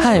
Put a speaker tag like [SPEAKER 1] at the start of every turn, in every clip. [SPEAKER 1] 嗨，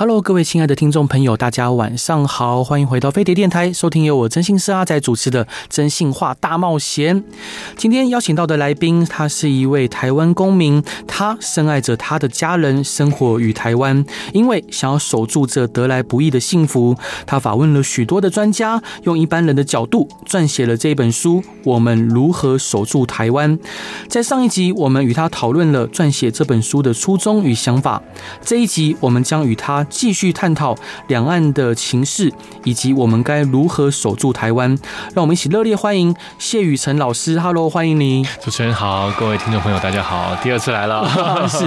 [SPEAKER 1] Hello，各位亲爱的听众朋友，大家晚上好，欢迎回到飞碟电台，收听由我真心是阿仔主持的《真心话大冒险》。今天邀请到的来宾，他是一位台湾公民，他深爱着他的家人，生活于台湾，因为想要守住这得来不易的幸福，他访问了许多的专家，用一般人的角度撰写了这一本书《我们如何守住台湾》。在上一集，我们与他讨论了撰写这本书的初衷与想法，这一集我们将与他继续探讨两岸的情势，以及我们该如何守住台湾。让我们一起热烈欢迎谢雨辰老师，Hello，欢迎 你。
[SPEAKER 2] 主持人好，各位听众朋友大家好，第二次 来了，
[SPEAKER 1] 是，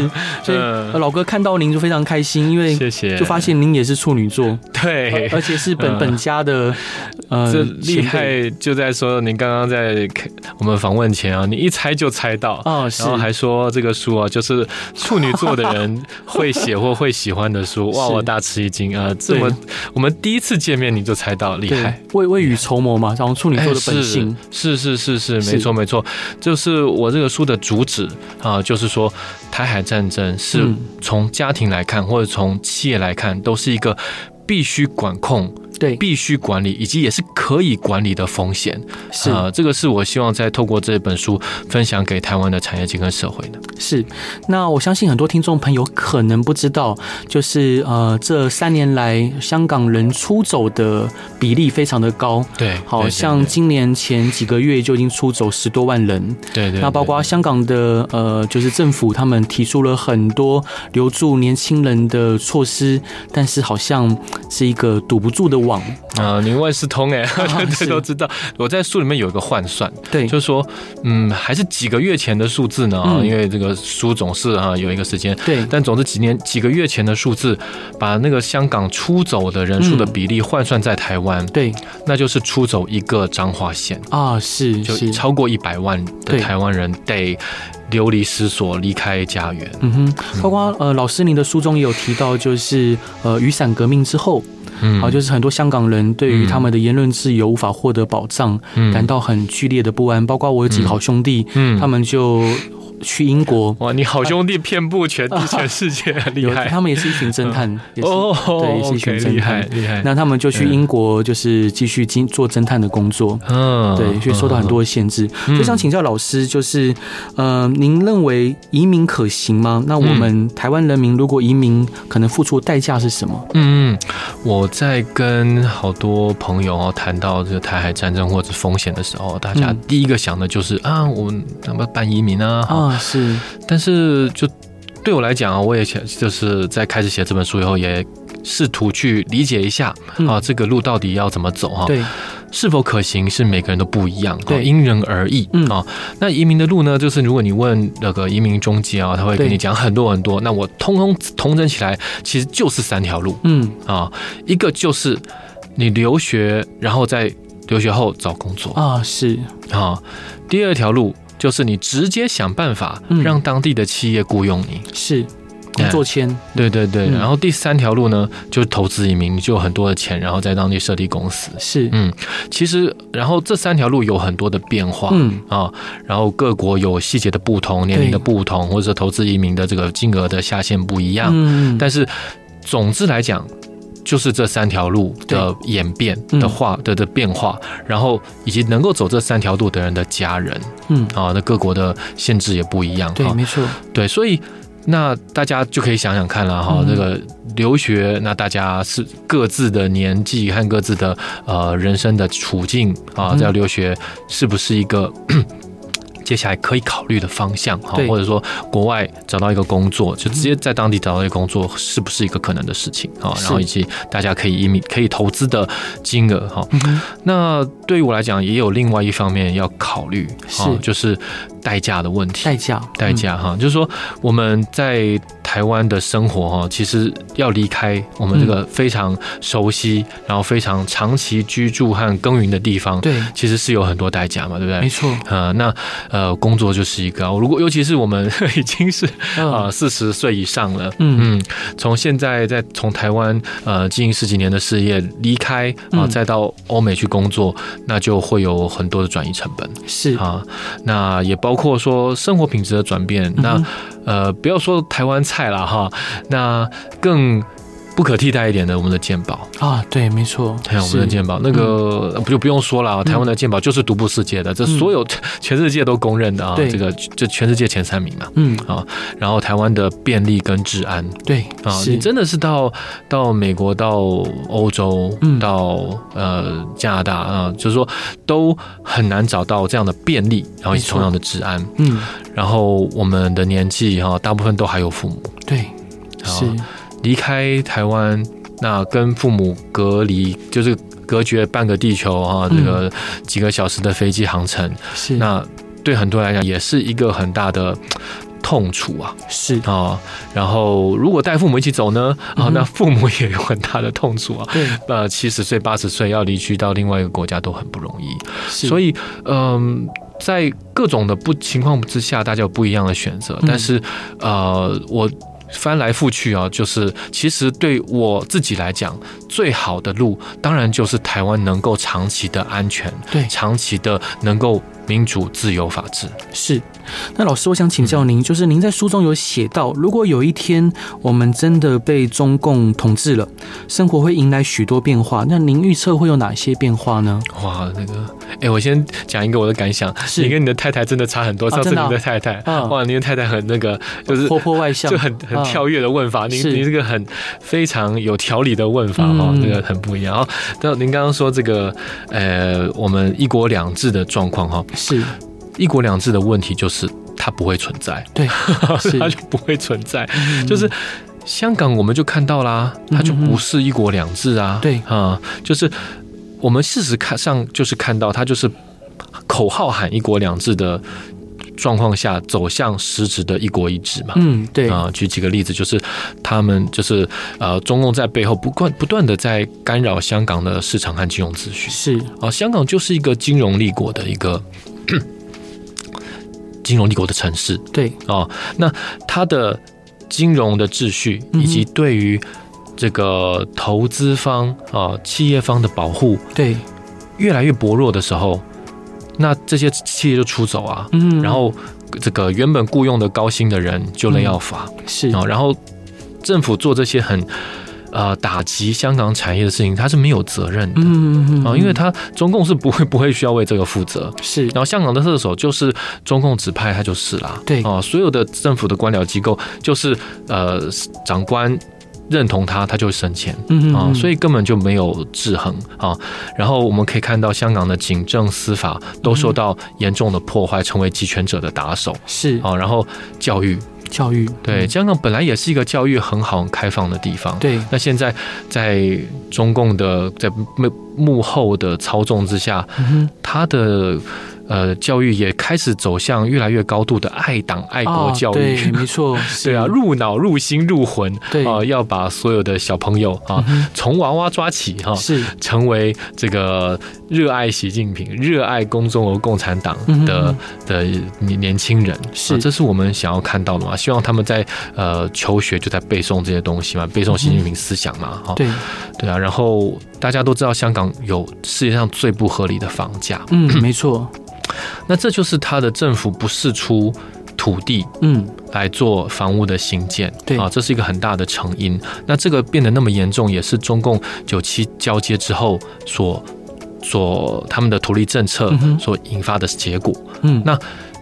[SPEAKER 1] 所以
[SPEAKER 2] 嗯
[SPEAKER 1] 呃老哥看到您就非常开心，因为
[SPEAKER 2] 谢谢。
[SPEAKER 1] 就发现您也是处女座，
[SPEAKER 2] 对
[SPEAKER 1] 而，且是本
[SPEAKER 2] 嗯
[SPEAKER 1] 本家的，呃，
[SPEAKER 2] 这
[SPEAKER 1] 前
[SPEAKER 2] 厉
[SPEAKER 1] 辈
[SPEAKER 2] 害就在说您刚刚在我们访问前啊，你一猜就猜到。
[SPEAKER 1] 哦，是
[SPEAKER 2] 然后还说这个书啊，就是处女座的人会写或会喜欢的书，哇！
[SPEAKER 1] 是
[SPEAKER 2] 我大吃一惊啊！这么
[SPEAKER 1] 对
[SPEAKER 2] 我们第一次见面你就猜到，厉害
[SPEAKER 1] 对。未未雨绸缪嘛，然后处女座的本性，
[SPEAKER 2] 哎是是是是是，
[SPEAKER 1] 是
[SPEAKER 2] 没错没错，就是我这个书的主旨啊、就是说台海战争是
[SPEAKER 1] 嗯
[SPEAKER 2] 从家庭来看，或者从企业来看，都是一个必须管控、
[SPEAKER 1] 对，
[SPEAKER 2] 必须管理，以及也是可以管理的风险。
[SPEAKER 1] 是。
[SPEAKER 2] 啊这个是我希望在透过这本书分享给台湾的产业界跟社会的。
[SPEAKER 1] 是，那我相信很多听众朋友可能不知道，就是呃，这三年来香港人出走的比例非常的高，
[SPEAKER 2] 对，
[SPEAKER 1] 好
[SPEAKER 2] 对
[SPEAKER 1] 像今年前几个月就已经出走十多万人。
[SPEAKER 2] 对对对，
[SPEAKER 1] 那包括香港的呃，就是政府他们提出了很多留住年轻人的措施，但是好像是一个堵不住的 网。啊
[SPEAKER 2] 啊，您万事通哎， 对
[SPEAKER 1] 是
[SPEAKER 2] 对都知道。我在书里面有一个换算，
[SPEAKER 1] 对，
[SPEAKER 2] 就是说，嗯，还是几个月前的数字呢啊，
[SPEAKER 1] 嗯
[SPEAKER 2] 因为这个书总是啊有一个时间，
[SPEAKER 1] 对，
[SPEAKER 2] 但总之几年几个月前的数字，把那个香港出走的人数的比例换算在台湾，
[SPEAKER 1] 对
[SPEAKER 2] 那就是出走一个彰化县，
[SPEAKER 1] 啊，是。
[SPEAKER 2] 就是超过一百万
[SPEAKER 1] 对
[SPEAKER 2] 的台湾人得流离失所，离开家园。
[SPEAKER 1] 嗯哼，包括呃，老师您的书中也有提到，就是呃，雨伞革命之后，
[SPEAKER 2] 嗯
[SPEAKER 1] 好，就是很多香港人对于
[SPEAKER 2] 嗯
[SPEAKER 1] 他们的言论自由无法获得保障，
[SPEAKER 2] 嗯
[SPEAKER 1] 感到很剧烈的不安。包括我有几个好兄弟，
[SPEAKER 2] 嗯
[SPEAKER 1] 他们就去英国，
[SPEAKER 2] 哇，你好兄弟遍布全 地全世界，厉
[SPEAKER 1] 有
[SPEAKER 2] 害
[SPEAKER 1] 他们也是一群侦探，也是
[SPEAKER 2] 哦
[SPEAKER 1] 对也是一群
[SPEAKER 2] ，OK，
[SPEAKER 1] 侦
[SPEAKER 2] 厉害
[SPEAKER 1] 探。
[SPEAKER 2] 厉害。
[SPEAKER 1] 那他们就去英国，就是继续经做侦探的工作。
[SPEAKER 2] 嗯
[SPEAKER 1] 对，所以受到很多的限制。
[SPEAKER 2] 嗯
[SPEAKER 1] 就想请教老师，就是，呃，您认为移民可行吗？那我
[SPEAKER 2] 嗯
[SPEAKER 1] 们台湾人民如果移民，可能付出的代价是什么？
[SPEAKER 2] 嗯，我在跟好多朋友哦谈到这个台海战争或者风险的时候，大家
[SPEAKER 1] 嗯
[SPEAKER 2] 第一个想的就是、啊，我们怎么办移民啊？好
[SPEAKER 1] 啊，是，
[SPEAKER 2] 但是就对我来讲啊，我也想就是在开始写这本书以后，也试图去理解一下、
[SPEAKER 1] 嗯
[SPEAKER 2] 啊，这个路到底要怎么走哈、
[SPEAKER 1] 对，
[SPEAKER 2] 是否可行是每个人都不一样，
[SPEAKER 1] 对
[SPEAKER 2] 哦因人而异
[SPEAKER 1] 嗯
[SPEAKER 2] 啊、哦那移民的路呢，就是如果你问那个移民中介啊，他会
[SPEAKER 1] 对
[SPEAKER 2] 跟你讲很多很多。那我通通统整起来，其实就是三条路。
[SPEAKER 1] 嗯，
[SPEAKER 2] 啊，一个就是你留学，然后在留学后找工作
[SPEAKER 1] 啊，是，
[SPEAKER 2] 啊。第二条路就是你直接想办法
[SPEAKER 1] 嗯
[SPEAKER 2] 让当地的企业雇佣你。
[SPEAKER 1] 是
[SPEAKER 2] 嗯
[SPEAKER 1] 工作签，
[SPEAKER 2] 对对对，
[SPEAKER 1] 嗯
[SPEAKER 2] 然后第三条路呢，就是投资移民，你就有很多的钱，然后在当地设立公司。
[SPEAKER 1] 是，
[SPEAKER 2] 嗯，其实然后这三条路有很多的变化。
[SPEAKER 1] 嗯，
[SPEAKER 2] 啊、然后各国有细节的不同、年龄的不同，或者是投资移民的这个金额的下限不一样。
[SPEAKER 1] 嗯，
[SPEAKER 2] 但是总之来讲，就是这三条路的演变
[SPEAKER 1] 嗯
[SPEAKER 2] 的话的的变化，然后以及能够走这三条路的人的家人
[SPEAKER 1] 嗯，
[SPEAKER 2] 啊，那各国的限制也不一样啊
[SPEAKER 1] 对，
[SPEAKER 2] 哈。
[SPEAKER 1] 没错，
[SPEAKER 2] 对，所以。那大家就可以想想看了哈，
[SPEAKER 1] 嗯
[SPEAKER 2] 这个留学，那大家是各自的年纪和各自的呃人生的处境啊，
[SPEAKER 1] 嗯
[SPEAKER 2] 这要留学是不是一个接下来可以考虑的方向哈
[SPEAKER 1] 对，嗯
[SPEAKER 2] 或者说国外找到一个工作，就直接在当地找到一个工作，是不是一个可能的事情啊？
[SPEAKER 1] 是
[SPEAKER 2] 然后以及大家可以移民可以投资的金额哈。那对于我来讲，也有另外一方面要考虑，
[SPEAKER 1] 是
[SPEAKER 2] 啊就是代价的问题。
[SPEAKER 1] 代价，
[SPEAKER 2] 代价哈，就是说我们在台湾的生活哈，其实要离开我们这个非常熟悉，然后非常长期居住和耕耘的地方
[SPEAKER 1] 嗯，，对，
[SPEAKER 2] 其实是有很多代价嘛，对不
[SPEAKER 1] 没
[SPEAKER 2] 对？
[SPEAKER 1] 错，
[SPEAKER 2] 呃，那呃，工作就是一个，如果尤其是我们 已经是啊
[SPEAKER 1] 嗯
[SPEAKER 2] 四十岁以上了，
[SPEAKER 1] 嗯
[SPEAKER 2] 嗯，从现在在从台湾呃经营十几年的事业离开啊、
[SPEAKER 1] 嗯
[SPEAKER 2] 再到欧美去工作，那就会有很多的转移成本。
[SPEAKER 1] 是，
[SPEAKER 2] 啊，那也包括说生活品质的转变。那
[SPEAKER 1] 嗯哼
[SPEAKER 2] 呃，不要说台湾菜了哈，那更不可替代一点的，我们的健保，
[SPEAKER 1] 啊，对，没错，
[SPEAKER 2] 还有我们的
[SPEAKER 1] 是
[SPEAKER 2] 健保，那个呃不就不用说了，台湾的健保就是独步世界的，这
[SPEAKER 1] 嗯
[SPEAKER 2] 所有全世界都公认的啊，
[SPEAKER 1] 对
[SPEAKER 2] 这个这全世界前三名嘛。
[SPEAKER 1] 嗯，
[SPEAKER 2] 然后台湾的便利跟治安
[SPEAKER 1] 对，
[SPEAKER 2] 啊，
[SPEAKER 1] 是
[SPEAKER 2] 你真的是到到美国、到欧洲、
[SPEAKER 1] 嗯
[SPEAKER 2] 到呃加拿大啊，就是说都很难找到这样的便利，然后以及
[SPEAKER 1] 没错
[SPEAKER 2] 同样的治安。
[SPEAKER 1] 嗯，
[SPEAKER 2] 然后我们的年纪哈，大部分都还有父母啊
[SPEAKER 1] 对，
[SPEAKER 2] 哦
[SPEAKER 1] 是，
[SPEAKER 2] 离开台湾，那跟父母隔离就是隔绝半个地球哈，
[SPEAKER 1] 嗯
[SPEAKER 2] 这个几个小时的飞机航程，
[SPEAKER 1] 是，
[SPEAKER 2] 那对很多人来讲也是一个很大的。痛楚啊
[SPEAKER 1] 是，
[SPEAKER 2] 啊、然后如果带父母一起走呢啊、
[SPEAKER 1] 嗯
[SPEAKER 2] 那父母也有很大的痛楚啊。
[SPEAKER 1] 对，
[SPEAKER 2] 那七十岁、八十岁要离去到另外一个国家都很不容易。
[SPEAKER 1] 是，
[SPEAKER 2] 所
[SPEAKER 1] 以
[SPEAKER 2] 以，嗯、在各种的不情况之下，大家有不一样的选择。
[SPEAKER 1] 嗯
[SPEAKER 2] 但是，呃，我翻来覆去啊，就是其实对我自己来讲，最好的路当然就是台湾能够长期的安全，
[SPEAKER 1] 对
[SPEAKER 2] 长期的能够民主、自由、法治。
[SPEAKER 1] 是。那老师，我想请教
[SPEAKER 2] 嗯
[SPEAKER 1] 您，就是您在书中有写到，如果有一天我们真的被中共统治了，生活会迎来许多变化，那您预测会有哪些变化呢？
[SPEAKER 2] 哇，那个，哎、我先讲一个我的感想，
[SPEAKER 1] 是
[SPEAKER 2] 你跟你的太太真的差很多。
[SPEAKER 1] 啊
[SPEAKER 2] 上次
[SPEAKER 1] 真的
[SPEAKER 2] 你
[SPEAKER 1] 啊
[SPEAKER 2] 的太太，
[SPEAKER 1] 嗯
[SPEAKER 2] 哇，你的太太很那个，就是
[SPEAKER 1] 活泼外向
[SPEAKER 2] 就，很很
[SPEAKER 1] 嗯
[SPEAKER 2] 跳跃的问法，您
[SPEAKER 1] 是
[SPEAKER 2] 您这个很非常有条理的问法哈，
[SPEAKER 1] 嗯
[SPEAKER 2] 这个很不一样。然后，那您刚刚说这个呃，我们一国两制的状况哈，
[SPEAKER 1] 是，
[SPEAKER 2] 一国两制的问题就是它不会存在，
[SPEAKER 1] 对，是
[SPEAKER 2] 它就不会存在，
[SPEAKER 1] 嗯
[SPEAKER 2] 就是。香港我们就看到啦，它就
[SPEAKER 1] 嗯嗯嗯嗯
[SPEAKER 2] 不是一国两制啊，
[SPEAKER 1] 对
[SPEAKER 2] 啊、就是我们事实看上就是看到它就是口号喊一国两制的状况下走向实质的一国一制嘛，
[SPEAKER 1] 嗯，对，
[SPEAKER 2] 啊、举几个例子，就是他们就是呃，中共在背后不断不断的在干扰香港的市场和金融秩序。
[SPEAKER 1] 是，
[SPEAKER 2] 啊、香港就是一个金融立国的一个金融立国的城市
[SPEAKER 1] 对，
[SPEAKER 2] 哦。那它的金融的秩序
[SPEAKER 1] 嗯哼
[SPEAKER 2] 以及对于这个投资方啊、企业方的保护
[SPEAKER 1] 对，
[SPEAKER 2] 越来越薄弱的时候，那这些企业就出走啊，
[SPEAKER 1] 嗯，
[SPEAKER 2] 然后这个原本雇佣的高薪的人就累要罚。
[SPEAKER 1] 是，
[SPEAKER 2] 啊，然后政府做这些很呃打击香港产业的事情，他是没有责任的
[SPEAKER 1] 嗯，嗯
[SPEAKER 2] 啊，因为他啊中共是不会不会需要为这个负责。
[SPEAKER 1] 是，
[SPEAKER 2] 然后香港的特首就是中共指派，他就是啦。
[SPEAKER 1] 对
[SPEAKER 2] 啊，所有的政府的官僚机构就是呃长官认同他，他就会升迁。
[SPEAKER 1] 嗯
[SPEAKER 2] 啊，
[SPEAKER 1] 嗯
[SPEAKER 2] 所以根本就没有制衡啊。然后我们可以看到，香港的警政、司法都
[SPEAKER 1] 嗯
[SPEAKER 2] 受到严重的破坏，成为集权者的打手
[SPEAKER 1] 是
[SPEAKER 2] 啊。然后教育
[SPEAKER 1] 教育，
[SPEAKER 2] 对，
[SPEAKER 1] 嗯，
[SPEAKER 2] 香港本来也是一个教育很好、很开放的地方。
[SPEAKER 1] 对，
[SPEAKER 2] 那现在在中共的在幕幕后的操纵之下，
[SPEAKER 1] 嗯哼
[SPEAKER 2] 他的呃教育也开始走向越来越高度的爱党爱国
[SPEAKER 1] 啊
[SPEAKER 2] 教育。
[SPEAKER 1] 对，没错，
[SPEAKER 2] 对啊，
[SPEAKER 1] 是
[SPEAKER 2] 入脑、入心、入魂
[SPEAKER 1] 对
[SPEAKER 2] 啊、要把所有的小朋友啊
[SPEAKER 1] 嗯，哼
[SPEAKER 2] 从娃娃抓起哈、
[SPEAKER 1] 是
[SPEAKER 2] 成为这个热爱习近平、热爱公中国共产党
[SPEAKER 1] 嗯哼
[SPEAKER 2] 的
[SPEAKER 1] 嗯
[SPEAKER 2] 的年年轻人，
[SPEAKER 1] 是
[SPEAKER 2] 啊这是我们想要看到的嘛？希望他们在呃求学就在背诵这些东西嘛，背诵习近平思想嘛，哈、
[SPEAKER 1] 嗯对，
[SPEAKER 2] 对啊。然后大家都知道，香港有世界上最不合理的房价，
[SPEAKER 1] 嗯，没错，
[SPEAKER 2] 那这就是他的政府不释出土地
[SPEAKER 1] 嗯，
[SPEAKER 2] 来做房屋的兴建，
[SPEAKER 1] 对
[SPEAKER 2] 啊，这是一个很大的成因。那这个变得那么严重，也是中共九七交接之后所所他们的土地政策
[SPEAKER 1] 嗯哼
[SPEAKER 2] 所引发的结果。
[SPEAKER 1] 嗯，
[SPEAKER 2] 那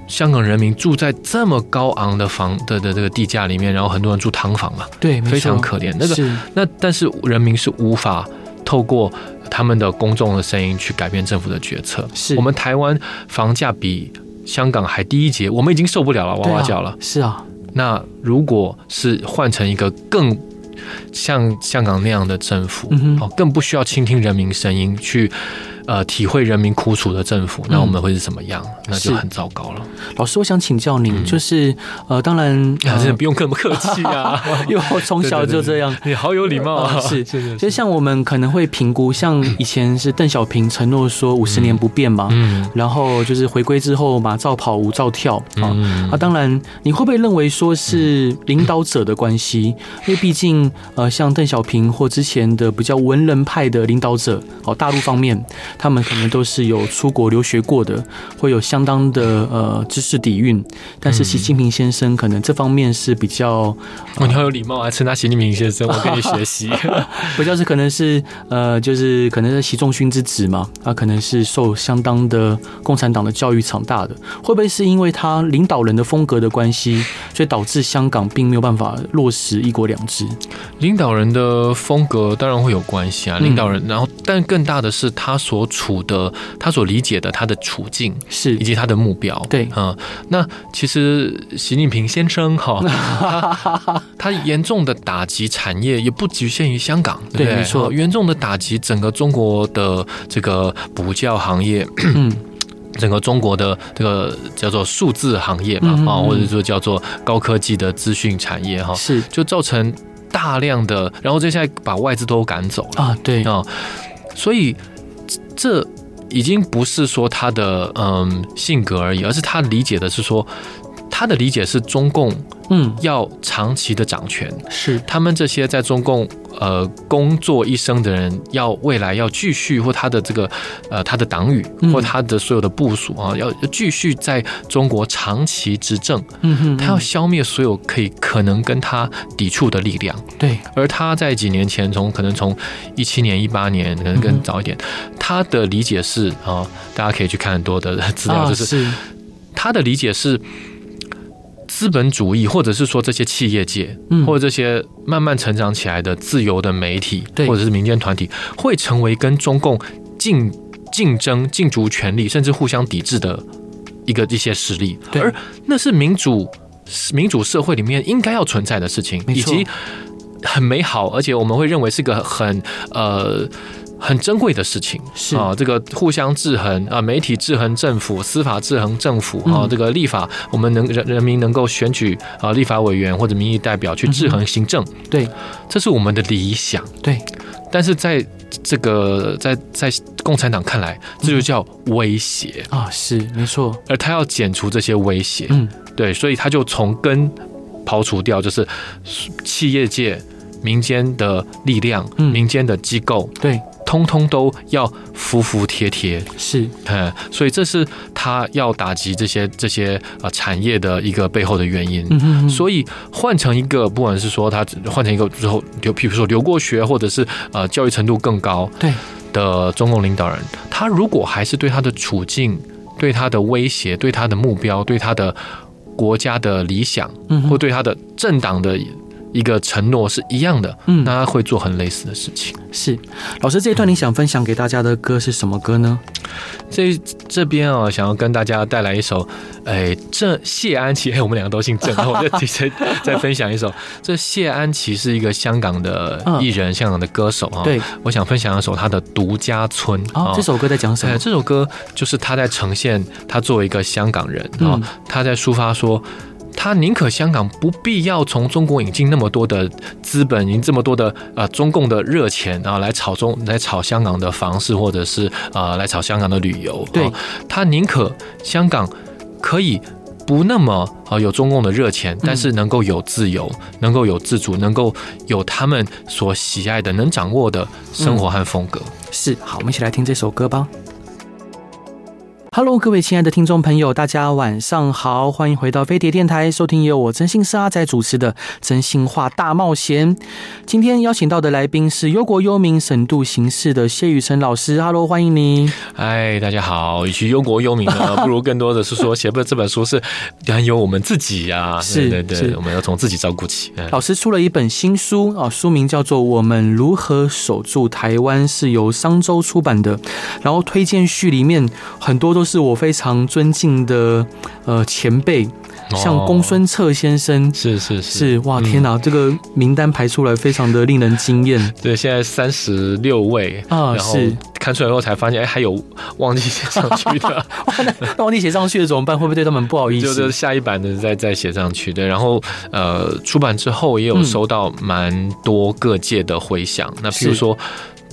[SPEAKER 2] 香港人民住在这么高昂的房的的这个地价里面，然后很多人住堂房嘛，
[SPEAKER 1] 对，没
[SPEAKER 2] 非常
[SPEAKER 1] 错
[SPEAKER 2] 可怜。那个
[SPEAKER 1] 是
[SPEAKER 2] 那但是人民是无法透过他们的公众的声音去改变政府的决策。
[SPEAKER 1] 是
[SPEAKER 2] 我们台湾房价比香港海第一节，我们已经受不了了，哇哇叫了。
[SPEAKER 1] 是啊，
[SPEAKER 2] 那如果是换成一个更像香港那样的政府，
[SPEAKER 1] 嗯哼
[SPEAKER 2] 哦，更不需要倾听人民声音，去呃体会人民苦楚的政府，
[SPEAKER 1] 嗯
[SPEAKER 2] 那我们会是怎么样？那就是很糟糕了。
[SPEAKER 1] 老师，我想请教您，就是呃，当然，
[SPEAKER 2] 嗯啊，真的
[SPEAKER 1] 呃
[SPEAKER 2] 不用这么客气啊，
[SPEAKER 1] 因为我从小就这样，
[SPEAKER 2] 你好有礼貌啊，
[SPEAKER 1] 呃是
[SPEAKER 2] 真的
[SPEAKER 1] 就像我们可能会评估，像以前是邓小平承诺说五十年不变嘛，
[SPEAKER 2] 嗯
[SPEAKER 1] 然后就是回归之后马照跑，舞照跳啊。
[SPEAKER 2] 嗯
[SPEAKER 1] 啊，当然，你会不会认为说是领导者的关系？因为毕竟，呃，像邓小平或之前的比较文人派的领导者，哦，大陆方面，他们可能都是有出国留学过的，会有相当的呃知识底蕴。但是习近平先生可能这方面是比较
[SPEAKER 2] 哦你好有礼貌啊，称他习近平先生，我跟你学习。
[SPEAKER 1] 不教是可能是呃，就是可能是习仲勋之子嘛，他可能是受相当的共产党的教育长大的，会不会是因为他领导人的风格的关系，所以导致香港并没有办法落实一国两制？
[SPEAKER 2] 领导人的风格当然会有关系啊，
[SPEAKER 1] 嗯
[SPEAKER 2] 领导人，然后但更大的是他所处的、他所理解的他的处境
[SPEAKER 1] 是
[SPEAKER 2] 以及他的目标。
[SPEAKER 1] 对
[SPEAKER 2] 嗯，那其实习近平先 生哈，他他严重的打击产业也不局限于香港，对不
[SPEAKER 1] 对没错
[SPEAKER 2] 哦严重的打击整个中国的这个补教行业，
[SPEAKER 1] 嗯
[SPEAKER 2] 整个中国的这个叫做数字行业嘛
[SPEAKER 1] 嗯嗯，
[SPEAKER 2] 啊、
[SPEAKER 1] 嗯
[SPEAKER 2] 或者说叫做高科技的资讯产业哈，
[SPEAKER 1] 是
[SPEAKER 2] 就造成大量的，然后接下来把外资都赶走了
[SPEAKER 1] 啊，对
[SPEAKER 2] 啊、所以这已经不是说他的嗯性格而已，而是他理解的是说，他的理解是中共
[SPEAKER 1] 嗯
[SPEAKER 2] 要长期的掌权，
[SPEAKER 1] 是
[SPEAKER 2] 他们这些在中共呃工作一生的人，要未来要继续或他的这个呃他的党羽
[SPEAKER 1] 嗯
[SPEAKER 2] 或他的所有的部署啊，要要继续在中国长期执政，
[SPEAKER 1] 嗯哼，
[SPEAKER 2] 他要消灭所有可以可能跟他抵触的力量。
[SPEAKER 1] 对
[SPEAKER 2] 而他在几年前从可能从一七年、一八年，可能
[SPEAKER 1] 嗯
[SPEAKER 2] 更
[SPEAKER 1] 哼
[SPEAKER 2] 早一点，他的理解是啊、大家可以去看很多的资料，
[SPEAKER 1] 啊
[SPEAKER 2] 就是
[SPEAKER 1] 是
[SPEAKER 2] 他的理解是，资本主义或者是说这些企业界，
[SPEAKER 1] 嗯
[SPEAKER 2] 或者这些慢慢成长起来的自由的媒体，
[SPEAKER 1] 对
[SPEAKER 2] 或者是民间团体，会成为跟中共竞竞争、竞逐权力，甚至互相抵制的一个一些实力。
[SPEAKER 1] 对
[SPEAKER 2] 而那是民主民主社会里面应该要存在的事情，
[SPEAKER 1] 没
[SPEAKER 2] 以
[SPEAKER 1] 错
[SPEAKER 2] 及很美好，而且我们会认为是个很呃。很珍贵的事情
[SPEAKER 1] 是
[SPEAKER 2] 啊，这个互相制衡啊，媒体制衡政府，司法制衡政府啊
[SPEAKER 1] 嗯，
[SPEAKER 2] 这个立法，我们能人人民能够选举啊立法委员或者民意代表去制衡行政，
[SPEAKER 1] 对
[SPEAKER 2] 这是我们的理想。
[SPEAKER 1] 对
[SPEAKER 2] 但是在这个在在共产党看来，这就叫威胁，
[SPEAKER 1] 啊是没错，
[SPEAKER 2] 而他要减除这些威胁，
[SPEAKER 1] 嗯
[SPEAKER 2] 对，所以他就从根刨除掉，就是企业界、民间的力量、
[SPEAKER 1] 嗯
[SPEAKER 2] 民间的机构，
[SPEAKER 1] 对
[SPEAKER 2] 通通都要服服帖帖。
[SPEAKER 1] 是
[SPEAKER 2] 嗯，所以这是他要打击这些这些呃产业的一个背后的原因。
[SPEAKER 1] 嗯哼哼
[SPEAKER 2] 所以换成一个，不管是说他换成一个之后留，比如说留过学，或者是呃教育程度更高
[SPEAKER 1] 对
[SPEAKER 2] 的中共领导人，他如果还是对他的处境、对他的威胁、对他的目标、对他的国家的理想，
[SPEAKER 1] 嗯哼
[SPEAKER 2] 或对他的政党的一个承诺是一样的，
[SPEAKER 1] 嗯
[SPEAKER 2] 那他会做很类似的事情。
[SPEAKER 1] 是老师这一段你想分享给大家的歌是什么歌呢？
[SPEAKER 2] 这这边啊、想要跟大家带来一首，哎，郑谢安琪，哎，我们两个都姓郑，然后我就提前再分享 一首。这谢安琪是一个香港的艺人，香港的歌手啊、
[SPEAKER 1] 对，
[SPEAKER 2] 我想分享一首他的《独家村》
[SPEAKER 1] 啊，这首歌在讲什
[SPEAKER 2] 哎，
[SPEAKER 1] 么？
[SPEAKER 2] 这首歌就是他在呈现他作为一个香港人啊、
[SPEAKER 1] 嗯
[SPEAKER 2] 他在抒发说。他宁可香港不必要从中国引进那么多的资本，引进这么多的呃中共的热钱啊，来炒中来炒香港的房市，或者是啊、呃来炒香港的旅游。
[SPEAKER 1] 对
[SPEAKER 2] 啊他宁可香港可以不那么啊、呃有中共的热钱，
[SPEAKER 1] 嗯
[SPEAKER 2] 但是能够有自由，能够有自主，能够有他们所喜爱的、能掌握的生活和风格。
[SPEAKER 1] 是，好，我们一起来听这首歌吧。Hello，各位亲爱的听众朋友，大家晚上好，欢迎回到飞碟电台，收听由我真心是阿仔主持的《真心话大冒险》。今天邀请到的来宾是忧国忧民、省度行事的谢雨辰老师。Hello，欢迎你。
[SPEAKER 2] 嗨，哎大家好！与其忧国忧民 呢，不如更多的是说，写本这本书是担忧我们自己 呀、
[SPEAKER 1] 是
[SPEAKER 2] 对对对，
[SPEAKER 1] 是
[SPEAKER 2] 我们要从自己照顾起。嗯
[SPEAKER 1] 老师出了一本新书啊，书名叫做《我们如何守住台湾》，是由商周出版的。然后推荐序里面很多都都是我非常尊敬的呃前辈，像公孙策先生。
[SPEAKER 2] 是是是，
[SPEAKER 1] 是哇，天哪！这个名单排出来非常的令人惊艳
[SPEAKER 2] 对，现在三十六位，
[SPEAKER 1] 啊！
[SPEAKER 2] 然后
[SPEAKER 1] 是，
[SPEAKER 2] 看出来后才发现，哎，还有忘记写上去的，
[SPEAKER 1] 那我你写上去了怎么办？会不会对他们不好意
[SPEAKER 2] 就
[SPEAKER 1] 思
[SPEAKER 2] 是？下一版的再再写上去的。然后呃，出版之后也有
[SPEAKER 1] 嗯
[SPEAKER 2] 收到蛮多各界的回响，那譬如
[SPEAKER 1] 是
[SPEAKER 2] 说。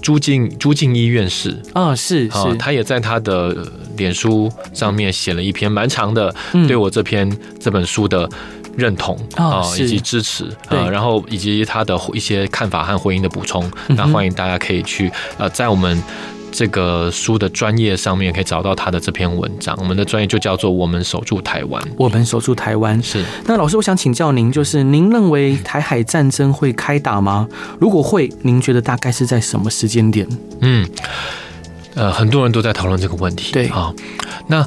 [SPEAKER 2] 朱静朱静一院士
[SPEAKER 1] 啊，是
[SPEAKER 2] 啊，
[SPEAKER 1] 是，
[SPEAKER 2] 他也在他的呃脸书上面写了一篇蛮长的，
[SPEAKER 1] 嗯
[SPEAKER 2] 对我这篇这本书的认同
[SPEAKER 1] 啊
[SPEAKER 2] 啊、
[SPEAKER 1] 是
[SPEAKER 2] 以及支持
[SPEAKER 1] 对
[SPEAKER 2] 啊，然后以及他的一些看法和回应的补充，
[SPEAKER 1] 嗯
[SPEAKER 2] 那
[SPEAKER 1] 哼
[SPEAKER 2] 欢迎大家可以去呃，在我们。这个书的专业上面可以找到他的这篇文章，我们的专业就叫做“我们守住台湾
[SPEAKER 1] 我们守住台湾”。。
[SPEAKER 2] 是，
[SPEAKER 1] 那老师，我想请教您，就是您认为台海战争会开打吗？如果会，您觉得大概是在什么时间点？
[SPEAKER 2] 嗯，呃，很多人都在讨论这个问题。
[SPEAKER 1] 对
[SPEAKER 2] 啊，那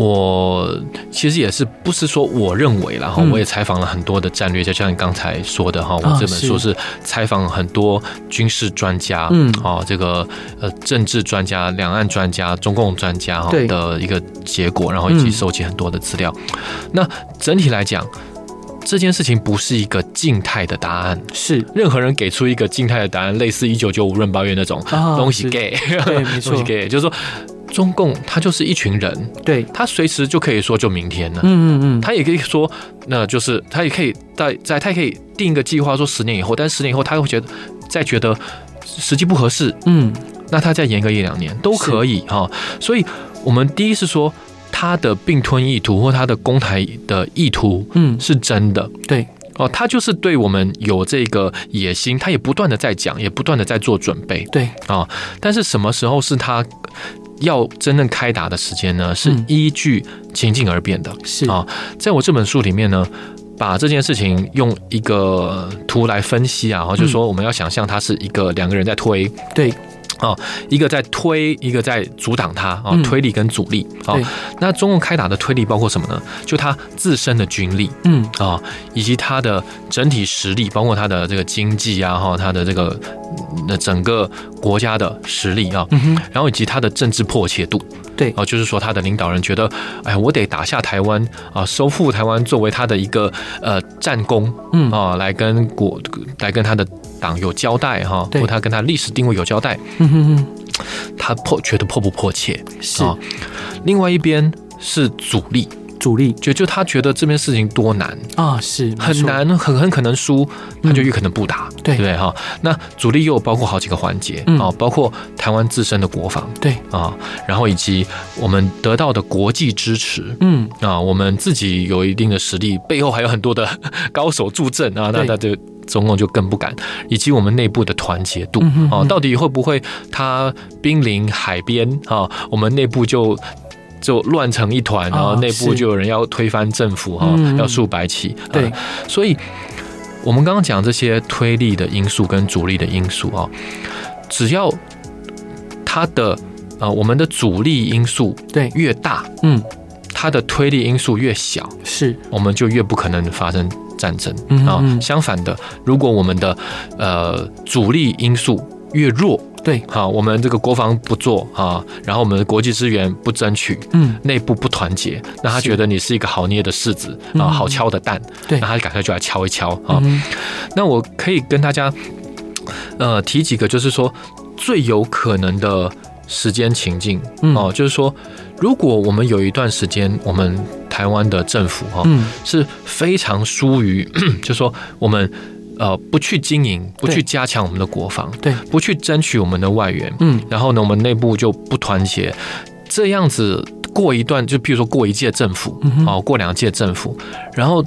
[SPEAKER 2] 我其实也是不是说我认为啦，哈、
[SPEAKER 1] 嗯
[SPEAKER 2] 我也采访了很多的战略家，就像你刚才说的哈，我
[SPEAKER 1] 啊
[SPEAKER 2] 这本书
[SPEAKER 1] 是
[SPEAKER 2] 是采访很多军事专家，
[SPEAKER 1] 嗯
[SPEAKER 2] 哦，这个呃政治专家、两岸专家、中共专家哈
[SPEAKER 1] 对
[SPEAKER 2] 的一个结果，然后以及
[SPEAKER 1] 嗯
[SPEAKER 2] 收集很多的资料。那整体来讲。这件事情不是一个静态的答案，
[SPEAKER 1] 是
[SPEAKER 2] 任何人给出一个静态的答案，类似一九九五闰八月那种，
[SPEAKER 1] 啊
[SPEAKER 2] 东西
[SPEAKER 1] 是
[SPEAKER 2] 给，
[SPEAKER 1] 对没错
[SPEAKER 2] 东西给，就是说，中共他就是一群人，
[SPEAKER 1] 对，
[SPEAKER 2] 他随时就可以说就明天了。
[SPEAKER 1] 嗯嗯嗯，
[SPEAKER 2] 他也可以说，那就是他也可以在在，他也可以定一个计划，说十年以后，但十年以后他又觉得再觉得时机不合适，
[SPEAKER 1] 嗯
[SPEAKER 2] 那他再延个一两年都可以哈、所以我们第一是说他的并吞意图或他的攻台的意图
[SPEAKER 1] 嗯
[SPEAKER 2] 是真的，
[SPEAKER 1] 对，
[SPEAKER 2] 哦，他就是对我们有这个野心，他也不断的在讲，也不断的在做准备。
[SPEAKER 1] 对，
[SPEAKER 2] 但是什么时候是他要真正开打的时间呢？是
[SPEAKER 1] 嗯
[SPEAKER 2] 依据情境而变的。
[SPEAKER 1] 是
[SPEAKER 2] 啊在我这本书里面呢，把这件事情用一个图来分析啊，然后就说我们要想象它是一个两个人在推，
[SPEAKER 1] 嗯
[SPEAKER 2] 哦
[SPEAKER 1] 对，
[SPEAKER 2] 一个在推，一个在阻挡它啊
[SPEAKER 1] 嗯，
[SPEAKER 2] 推力跟阻力啊
[SPEAKER 1] 对。
[SPEAKER 2] 那中共开打的推力包括什么呢？就它自身的军力，
[SPEAKER 1] 嗯
[SPEAKER 2] 啊、以及它的整体实力，包括它的这个经济啊，哈，它的这个那整个国家的实力啊，
[SPEAKER 1] 嗯哼，
[SPEAKER 2] 然后以及它的政治迫切度，
[SPEAKER 1] 对
[SPEAKER 2] 啊、就是说他的领导人觉得，哎，我得打下台湾啊，收复台湾作为他的一个呃战功
[SPEAKER 1] 嗯
[SPEAKER 2] 啊、来跟国来跟他的党有交代哈，
[SPEAKER 1] 对
[SPEAKER 2] 或他跟他历史定位有交代，
[SPEAKER 1] 嗯哼哼，
[SPEAKER 2] 他迫觉得迫不迫切
[SPEAKER 1] 是
[SPEAKER 2] 啊、另外一边是阻力，
[SPEAKER 1] 主力
[SPEAKER 2] 就就他觉得这件事情多难，
[SPEAKER 1] 啊，是没
[SPEAKER 2] 很
[SPEAKER 1] 错
[SPEAKER 2] 难，很很可能输，他就
[SPEAKER 1] 嗯
[SPEAKER 2] 有可能不打，
[SPEAKER 1] 对
[SPEAKER 2] 不对哈？那主力又有包括好几个环节
[SPEAKER 1] 嗯
[SPEAKER 2] 啊，包括台湾自身的国防
[SPEAKER 1] 对，
[SPEAKER 2] 啊，然后以及我们得到的国际支持。
[SPEAKER 1] 嗯
[SPEAKER 2] 啊，我们自己有一定的实力，背后还有很多的 高手助阵啊，
[SPEAKER 1] 对
[SPEAKER 2] 那那就中共就更不敢，以及我们内部的团结度
[SPEAKER 1] 嗯哼
[SPEAKER 2] 啊
[SPEAKER 1] 嗯，
[SPEAKER 2] 到底会不会他濒临海边啊，我们内部就就乱成一团，然后
[SPEAKER 1] 啊
[SPEAKER 2] 内部
[SPEAKER 1] 是
[SPEAKER 2] 就有人要推翻政府啊
[SPEAKER 1] 嗯嗯，
[SPEAKER 2] 要竖白旗，啊
[SPEAKER 1] 对，
[SPEAKER 2] 所以我们刚刚讲这些推力的因素跟阻力的因素啊，只要它的呃我们的阻力因素
[SPEAKER 1] 对，
[SPEAKER 2] 越大，
[SPEAKER 1] 嗯
[SPEAKER 2] 它的推力因素越小，
[SPEAKER 1] 是，
[SPEAKER 2] 我们就越不可能发生战争
[SPEAKER 1] 嗯
[SPEAKER 2] 啊、
[SPEAKER 1] 嗯
[SPEAKER 2] 相反的，如果我们的呃阻力因素越弱，
[SPEAKER 1] 对，
[SPEAKER 2] 啊，我们这个国防不做啊，然后我们的国际资源不争取，
[SPEAKER 1] 嗯
[SPEAKER 2] 内部不团结，那他
[SPEAKER 1] 是
[SPEAKER 2] 觉得你是一个好捏的柿子
[SPEAKER 1] 嗯
[SPEAKER 2] 啊，好敲的蛋，
[SPEAKER 1] 对
[SPEAKER 2] 那他赶快就来敲一敲啊。
[SPEAKER 1] 嗯
[SPEAKER 2] 那我可以跟大家呃提几个，就是说最有可能的时间情境
[SPEAKER 1] 嗯
[SPEAKER 2] 哦，就是说，如果我们有一段时间，我们台湾的政府哈、哦
[SPEAKER 1] 嗯
[SPEAKER 2] 是非常疏于， 就是说我们呃不去经营，不
[SPEAKER 1] 对
[SPEAKER 2] 去加强我们的国防，
[SPEAKER 1] 对，
[SPEAKER 2] 不去争取我们的外援，
[SPEAKER 1] 嗯
[SPEAKER 2] 然后呢，我们内部就不团结，这样子过一段，就比如说过一届政府，
[SPEAKER 1] 嗯哼
[SPEAKER 2] 哦，过两届政府，然后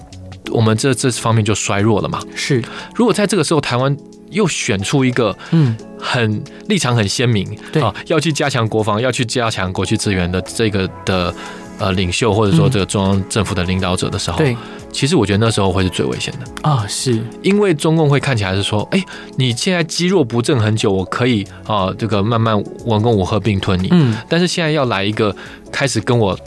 [SPEAKER 2] 我们这这方面就衰弱了嘛。
[SPEAKER 1] 是，
[SPEAKER 2] 如果在这个时候台湾又选出一个
[SPEAKER 1] 嗯
[SPEAKER 2] 很立场很鲜明，
[SPEAKER 1] 对
[SPEAKER 2] 啊，要去加强国防，要去加强国际资源的这个的呃领袖，或者说
[SPEAKER 1] 嗯
[SPEAKER 2] 这个中央政府的领导者的时候，
[SPEAKER 1] 对
[SPEAKER 2] 其实我觉得那时候会是最危险的。
[SPEAKER 1] 啊是，
[SPEAKER 2] 因为中共会看起来是说，哎，你现在积弱不振很久，我可以啊、这个慢慢文攻武赫并吞你。
[SPEAKER 1] 嗯
[SPEAKER 2] 但是现在要来一个开始跟我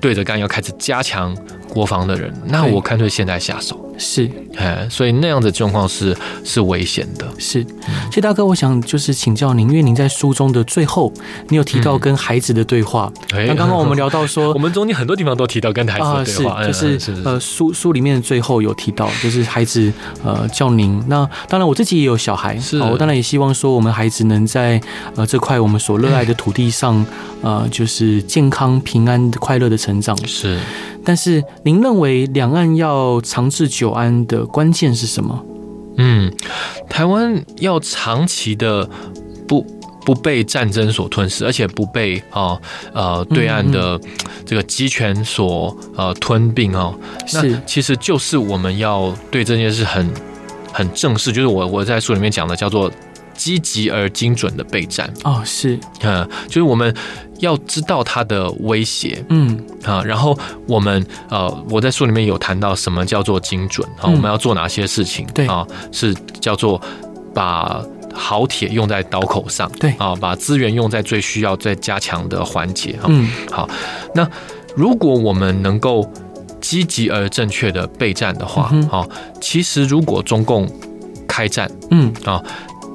[SPEAKER 2] 对着干，要开始加强国防的人，那
[SPEAKER 1] 对
[SPEAKER 2] 我干脆现在下手
[SPEAKER 1] 嗯是
[SPEAKER 2] 哎，所以那样的状况是是危险的。
[SPEAKER 1] 是，谢大哥，我想就是请教您，因为您在书中的最后，你有提到跟孩子的对话。
[SPEAKER 2] 哎
[SPEAKER 1] 那刚刚我 们聊到说
[SPEAKER 2] 我们中间很多地方都提到跟台词
[SPEAKER 1] 啊是
[SPEAKER 2] 对话，嗯
[SPEAKER 1] 就是
[SPEAKER 2] 嗯是是
[SPEAKER 1] 呃书书里面最后有提到，就是孩子呃叫您。那当然我自己也有小孩，
[SPEAKER 2] 是
[SPEAKER 1] 哦我当然也希望说我们孩子能在呃这块我们所热爱的土地上，呃就是健康、平安、快乐的成长。
[SPEAKER 2] 是
[SPEAKER 1] 但是您认为两岸要长治久安的关键是什么？
[SPEAKER 2] 嗯，台湾要长期的不不被战争所吞噬，而且不被啊呃对岸的这个集权所呃吞并哦，
[SPEAKER 1] 是
[SPEAKER 2] 那其实就是我们要对这件事很很正视，就是我我在书里面讲的叫做积极而精准的备战，
[SPEAKER 1] 哦，是
[SPEAKER 2] 嗯，就是我们要知道它的威胁
[SPEAKER 1] 嗯
[SPEAKER 2] 啊、然后我们呃我在书里面有谈到什么叫做精准啊、
[SPEAKER 1] 嗯
[SPEAKER 2] 我们要做哪些事情，
[SPEAKER 1] 对
[SPEAKER 2] 啊、是叫做把。好铁用在刀口上，
[SPEAKER 1] 对
[SPEAKER 2] 啊，把资源用在最需要、最加强的环节啊。
[SPEAKER 1] 嗯
[SPEAKER 2] 如果我们能够积极而正确的备战的话，
[SPEAKER 1] 嗯
[SPEAKER 2] 好、其实如果中共开战，
[SPEAKER 1] 嗯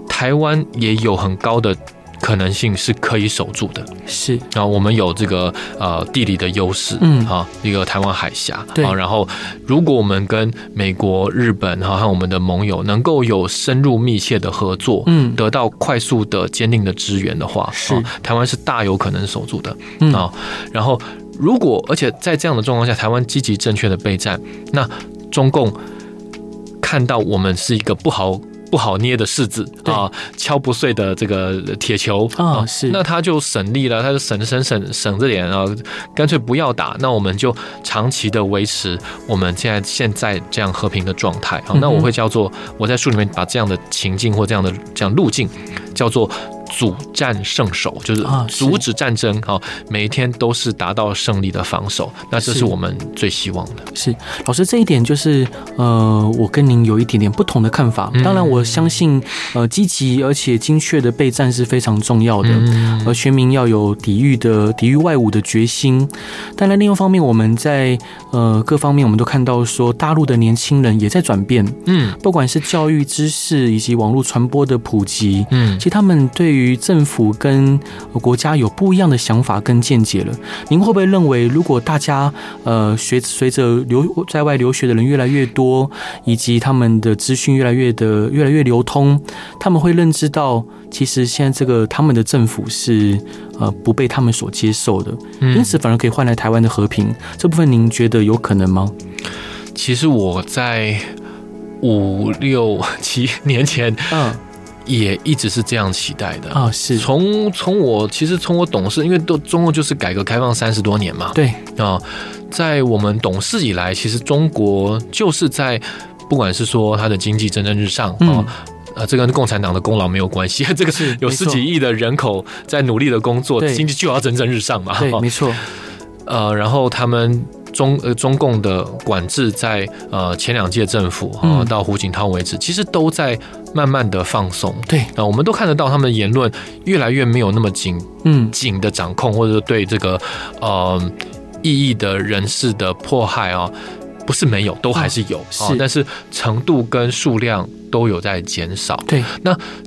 [SPEAKER 2] 台湾也有很高的可能性是可以守住的。
[SPEAKER 1] 是
[SPEAKER 2] 啊，我们有这个呃地理的优势，
[SPEAKER 1] 嗯
[SPEAKER 2] 啊，一个台湾海峡，
[SPEAKER 1] 对
[SPEAKER 2] 啊，然后如果我们跟美国、日本，哈、和我们的盟友能够有深入密切的合作，
[SPEAKER 1] 嗯
[SPEAKER 2] 得到快速的、坚定的支援的话，
[SPEAKER 1] 是
[SPEAKER 2] 啊台湾是大有可能守住的。
[SPEAKER 1] 嗯
[SPEAKER 2] 啊，然后如果而且在这样的状况下，台湾积极正确的备战，那中共看到我们是一个不好。不好捏的柿子
[SPEAKER 1] 对
[SPEAKER 2] 啊，敲不碎的这个铁球
[SPEAKER 1] 啊是
[SPEAKER 2] 那他就省力了，他就省省省省着点啊，干脆不要打。那我们就长期的维持我们现在现在这样和平的状态啊
[SPEAKER 1] 嗯。哼
[SPEAKER 2] 那我会叫做我在书里面把这样的情境或这样的这样路径叫做主战胜守，就是
[SPEAKER 1] 啊是
[SPEAKER 2] 阻止战争啊，每一天都是达到胜利的防守，那这
[SPEAKER 1] 是
[SPEAKER 2] 是我们最希望的。
[SPEAKER 1] 是，老师这一点就是，呃，我跟您有一点点不同的看法。
[SPEAKER 2] 嗯
[SPEAKER 1] 当然，我相信，呃，积极而且精确的备战是非常重要的。
[SPEAKER 2] 嗯
[SPEAKER 1] 而全民要有抵御的、抵御外侮的决心。当然，另一方面，我们在呃各方面，我们都看到说，大陆的年轻人也在转变，
[SPEAKER 2] 嗯
[SPEAKER 1] 不管是教育知识以及网络传播的普及，
[SPEAKER 2] 嗯
[SPEAKER 1] 其实他们对于政府跟国家有不一样的想法跟见解了。您会不会认为，如果大家呃随随着留在外留学的人越来越多，以及他们的资讯越来越的越来越流通，他们会认知到，其实现在这个他们的政府是呃不被他们所接受的，
[SPEAKER 2] 嗯
[SPEAKER 1] 因此反而可以换来台湾的和平。这部分您觉得有可能吗？
[SPEAKER 2] 嗯其实我在五六七年前
[SPEAKER 1] 嗯
[SPEAKER 2] 也一直是这样期待的。
[SPEAKER 1] 啊是，
[SPEAKER 2] 从从我其实从我懂事，因为都中共就是改革开放三十多年嘛，
[SPEAKER 1] 对，
[SPEAKER 2] 啊、在我们懂事以来，其实中国就是在不管是说它的经济蒸蒸日上啊、
[SPEAKER 1] 嗯
[SPEAKER 2] 呃，这跟共产党的功劳没有关系， 这个
[SPEAKER 1] 是
[SPEAKER 2] 有
[SPEAKER 1] 没
[SPEAKER 2] 十
[SPEAKER 1] 错
[SPEAKER 2] 几亿的人口在努力的工作，
[SPEAKER 1] 对
[SPEAKER 2] 经济就要蒸蒸日上嘛。啊
[SPEAKER 1] 对，没错，
[SPEAKER 2] 呃，然后他们中呃中共的管制在呃前两届政府啊、
[SPEAKER 1] 嗯
[SPEAKER 2] 到胡锦涛为止，其实都在慢慢的放松。
[SPEAKER 1] 对，
[SPEAKER 2] 啊、我们都看得到他们的言论越来越没有那么紧
[SPEAKER 1] 嗯
[SPEAKER 2] 紧的掌控，或者说对这个呃异议的人士的迫害啊、不是没有，都还是有啊、
[SPEAKER 1] 哦是
[SPEAKER 2] 但是程度跟数量都有在减少。
[SPEAKER 1] 对，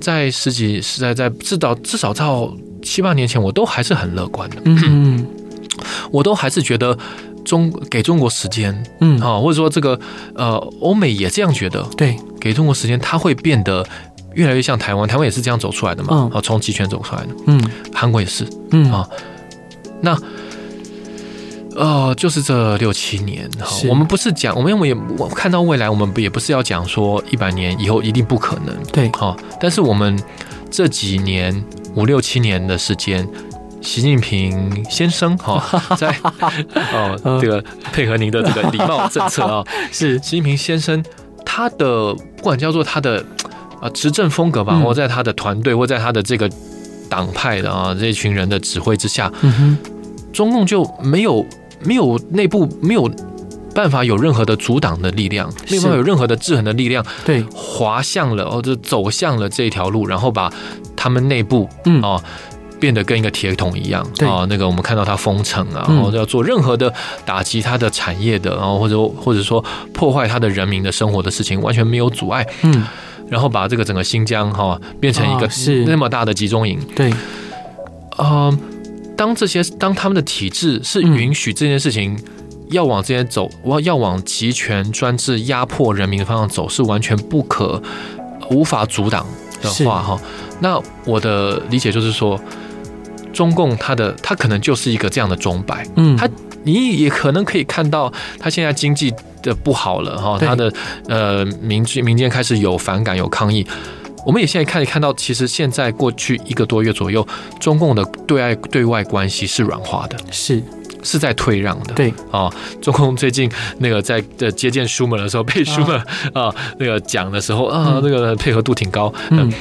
[SPEAKER 2] 在十几是在在至少至少到七八年前，我都还是很乐观的，
[SPEAKER 1] 嗯嗯
[SPEAKER 2] 我都还是觉得中给中国时间
[SPEAKER 1] 嗯嗯，
[SPEAKER 2] 啊、或者说这个呃欧美也这样觉得，
[SPEAKER 1] 对，
[SPEAKER 2] 给中国时间，它会变得越来越像台湾，台湾也是这样走出来的嘛
[SPEAKER 1] 嗯，
[SPEAKER 2] 啊、从集权走出来的，
[SPEAKER 1] 嗯
[SPEAKER 2] 韩国也是。
[SPEAKER 1] 嗯
[SPEAKER 2] 啊呃，就是这六七年，哈
[SPEAKER 1] 是
[SPEAKER 2] 我们不是讲，我们我也我看到未来，我们也不是要讲说一百年以后一定不可能，
[SPEAKER 1] 对，
[SPEAKER 2] 哈、但是我们这几年五六七年的时间，习近平先生哈、 在哦、
[SPEAKER 1] 嗯
[SPEAKER 2] 这个配合您的这个礼貌政 策啊、
[SPEAKER 1] 是
[SPEAKER 2] 习近平先生他的不管叫做他的呃执政风格吧，
[SPEAKER 1] 嗯
[SPEAKER 2] 或在他的团队或在他的这个党派的啊这一群人的指挥之下，
[SPEAKER 1] 嗯哼，
[SPEAKER 2] 中共就没有没有内部没有办法有任何的阻挡的力量，
[SPEAKER 1] 是
[SPEAKER 2] 没有办法有任何的制衡的力量，
[SPEAKER 1] 对，
[SPEAKER 2] 滑向了哦，就走向了这条路，然后把他们内部
[SPEAKER 1] 嗯
[SPEAKER 2] 哦变得跟一个铁桶一样
[SPEAKER 1] 对
[SPEAKER 2] 啊、那个我们看到它封城啊，
[SPEAKER 1] 嗯
[SPEAKER 2] 然后要做任何的打击它的产业的，然后或者或者说破坏它的人民的生活的事情，完全没有阻碍，
[SPEAKER 1] 嗯，
[SPEAKER 2] 然后把这个整个新疆哈、变成一
[SPEAKER 1] 哦
[SPEAKER 2] 个
[SPEAKER 1] 是
[SPEAKER 2] 那么大的集中营，
[SPEAKER 1] 对，
[SPEAKER 2] 啊、当这些当他们的体制是
[SPEAKER 1] 嗯
[SPEAKER 2] 允许这件事情要往这些走，要要往集权专制压迫人民的方向走，是完全不可无法阻挡的
[SPEAKER 1] 是
[SPEAKER 2] 话哈。那我的理解就是说，中共它的它可能就是一个这样的钟摆，
[SPEAKER 1] 嗯，
[SPEAKER 2] 他你也可能可以看到，他现在经济的不好了哈，
[SPEAKER 1] 对
[SPEAKER 2] 他的呃民民间开始有反感有抗议。我们也现在看看到，其实现在过去一个多月左右，中共的对外对外关系是软化的，
[SPEAKER 1] 是
[SPEAKER 2] 是在退让的。
[SPEAKER 1] 对
[SPEAKER 2] 哦，中共最近那个在呃接见舒默的时候，被舒默 啊那个讲的时候啊
[SPEAKER 1] 嗯，
[SPEAKER 2] 那个配合度挺高。
[SPEAKER 1] 嗯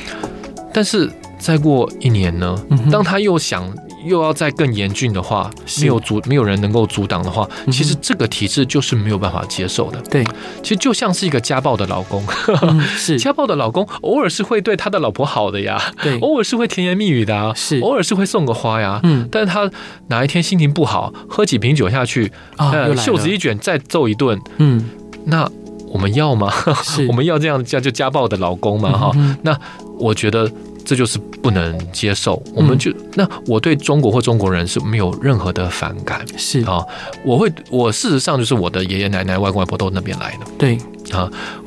[SPEAKER 2] 但是再过一年呢，
[SPEAKER 1] 嗯哼，
[SPEAKER 2] 当他又想又要再更严峻的话，
[SPEAKER 1] 是嗯
[SPEAKER 2] 没有阻没有人能够阻挡的话
[SPEAKER 1] 哼，
[SPEAKER 2] 其实这个体制就是没有办法接受的。
[SPEAKER 1] 对，
[SPEAKER 2] 其实就像是一个家暴的老公，
[SPEAKER 1] 嗯是，
[SPEAKER 2] 家暴的老公偶尔是会对他的老婆好的呀，
[SPEAKER 1] 对，
[SPEAKER 2] 偶尔是会甜言蜜语的啊，
[SPEAKER 1] 是
[SPEAKER 2] 偶尔是会送个花呀。
[SPEAKER 1] 嗯
[SPEAKER 2] 但是他哪一天心情不好，喝几瓶酒下去，呃
[SPEAKER 1] 啊，又来
[SPEAKER 2] 袖子
[SPEAKER 1] 了
[SPEAKER 2] 一卷，再揍一顿，
[SPEAKER 1] 嗯，
[SPEAKER 2] 那我们要吗？
[SPEAKER 1] 是
[SPEAKER 2] 我们要这样家就家暴的老 公嘛哈？
[SPEAKER 1] 嗯哼
[SPEAKER 2] 我觉得这就是不能接受。我们就、那我对中国或中国人是没有任何的反感。
[SPEAKER 1] 是
[SPEAKER 2] 啊，我会，我事实上就是我的爷爷奶奶、外公外婆都那边来的，
[SPEAKER 1] 对，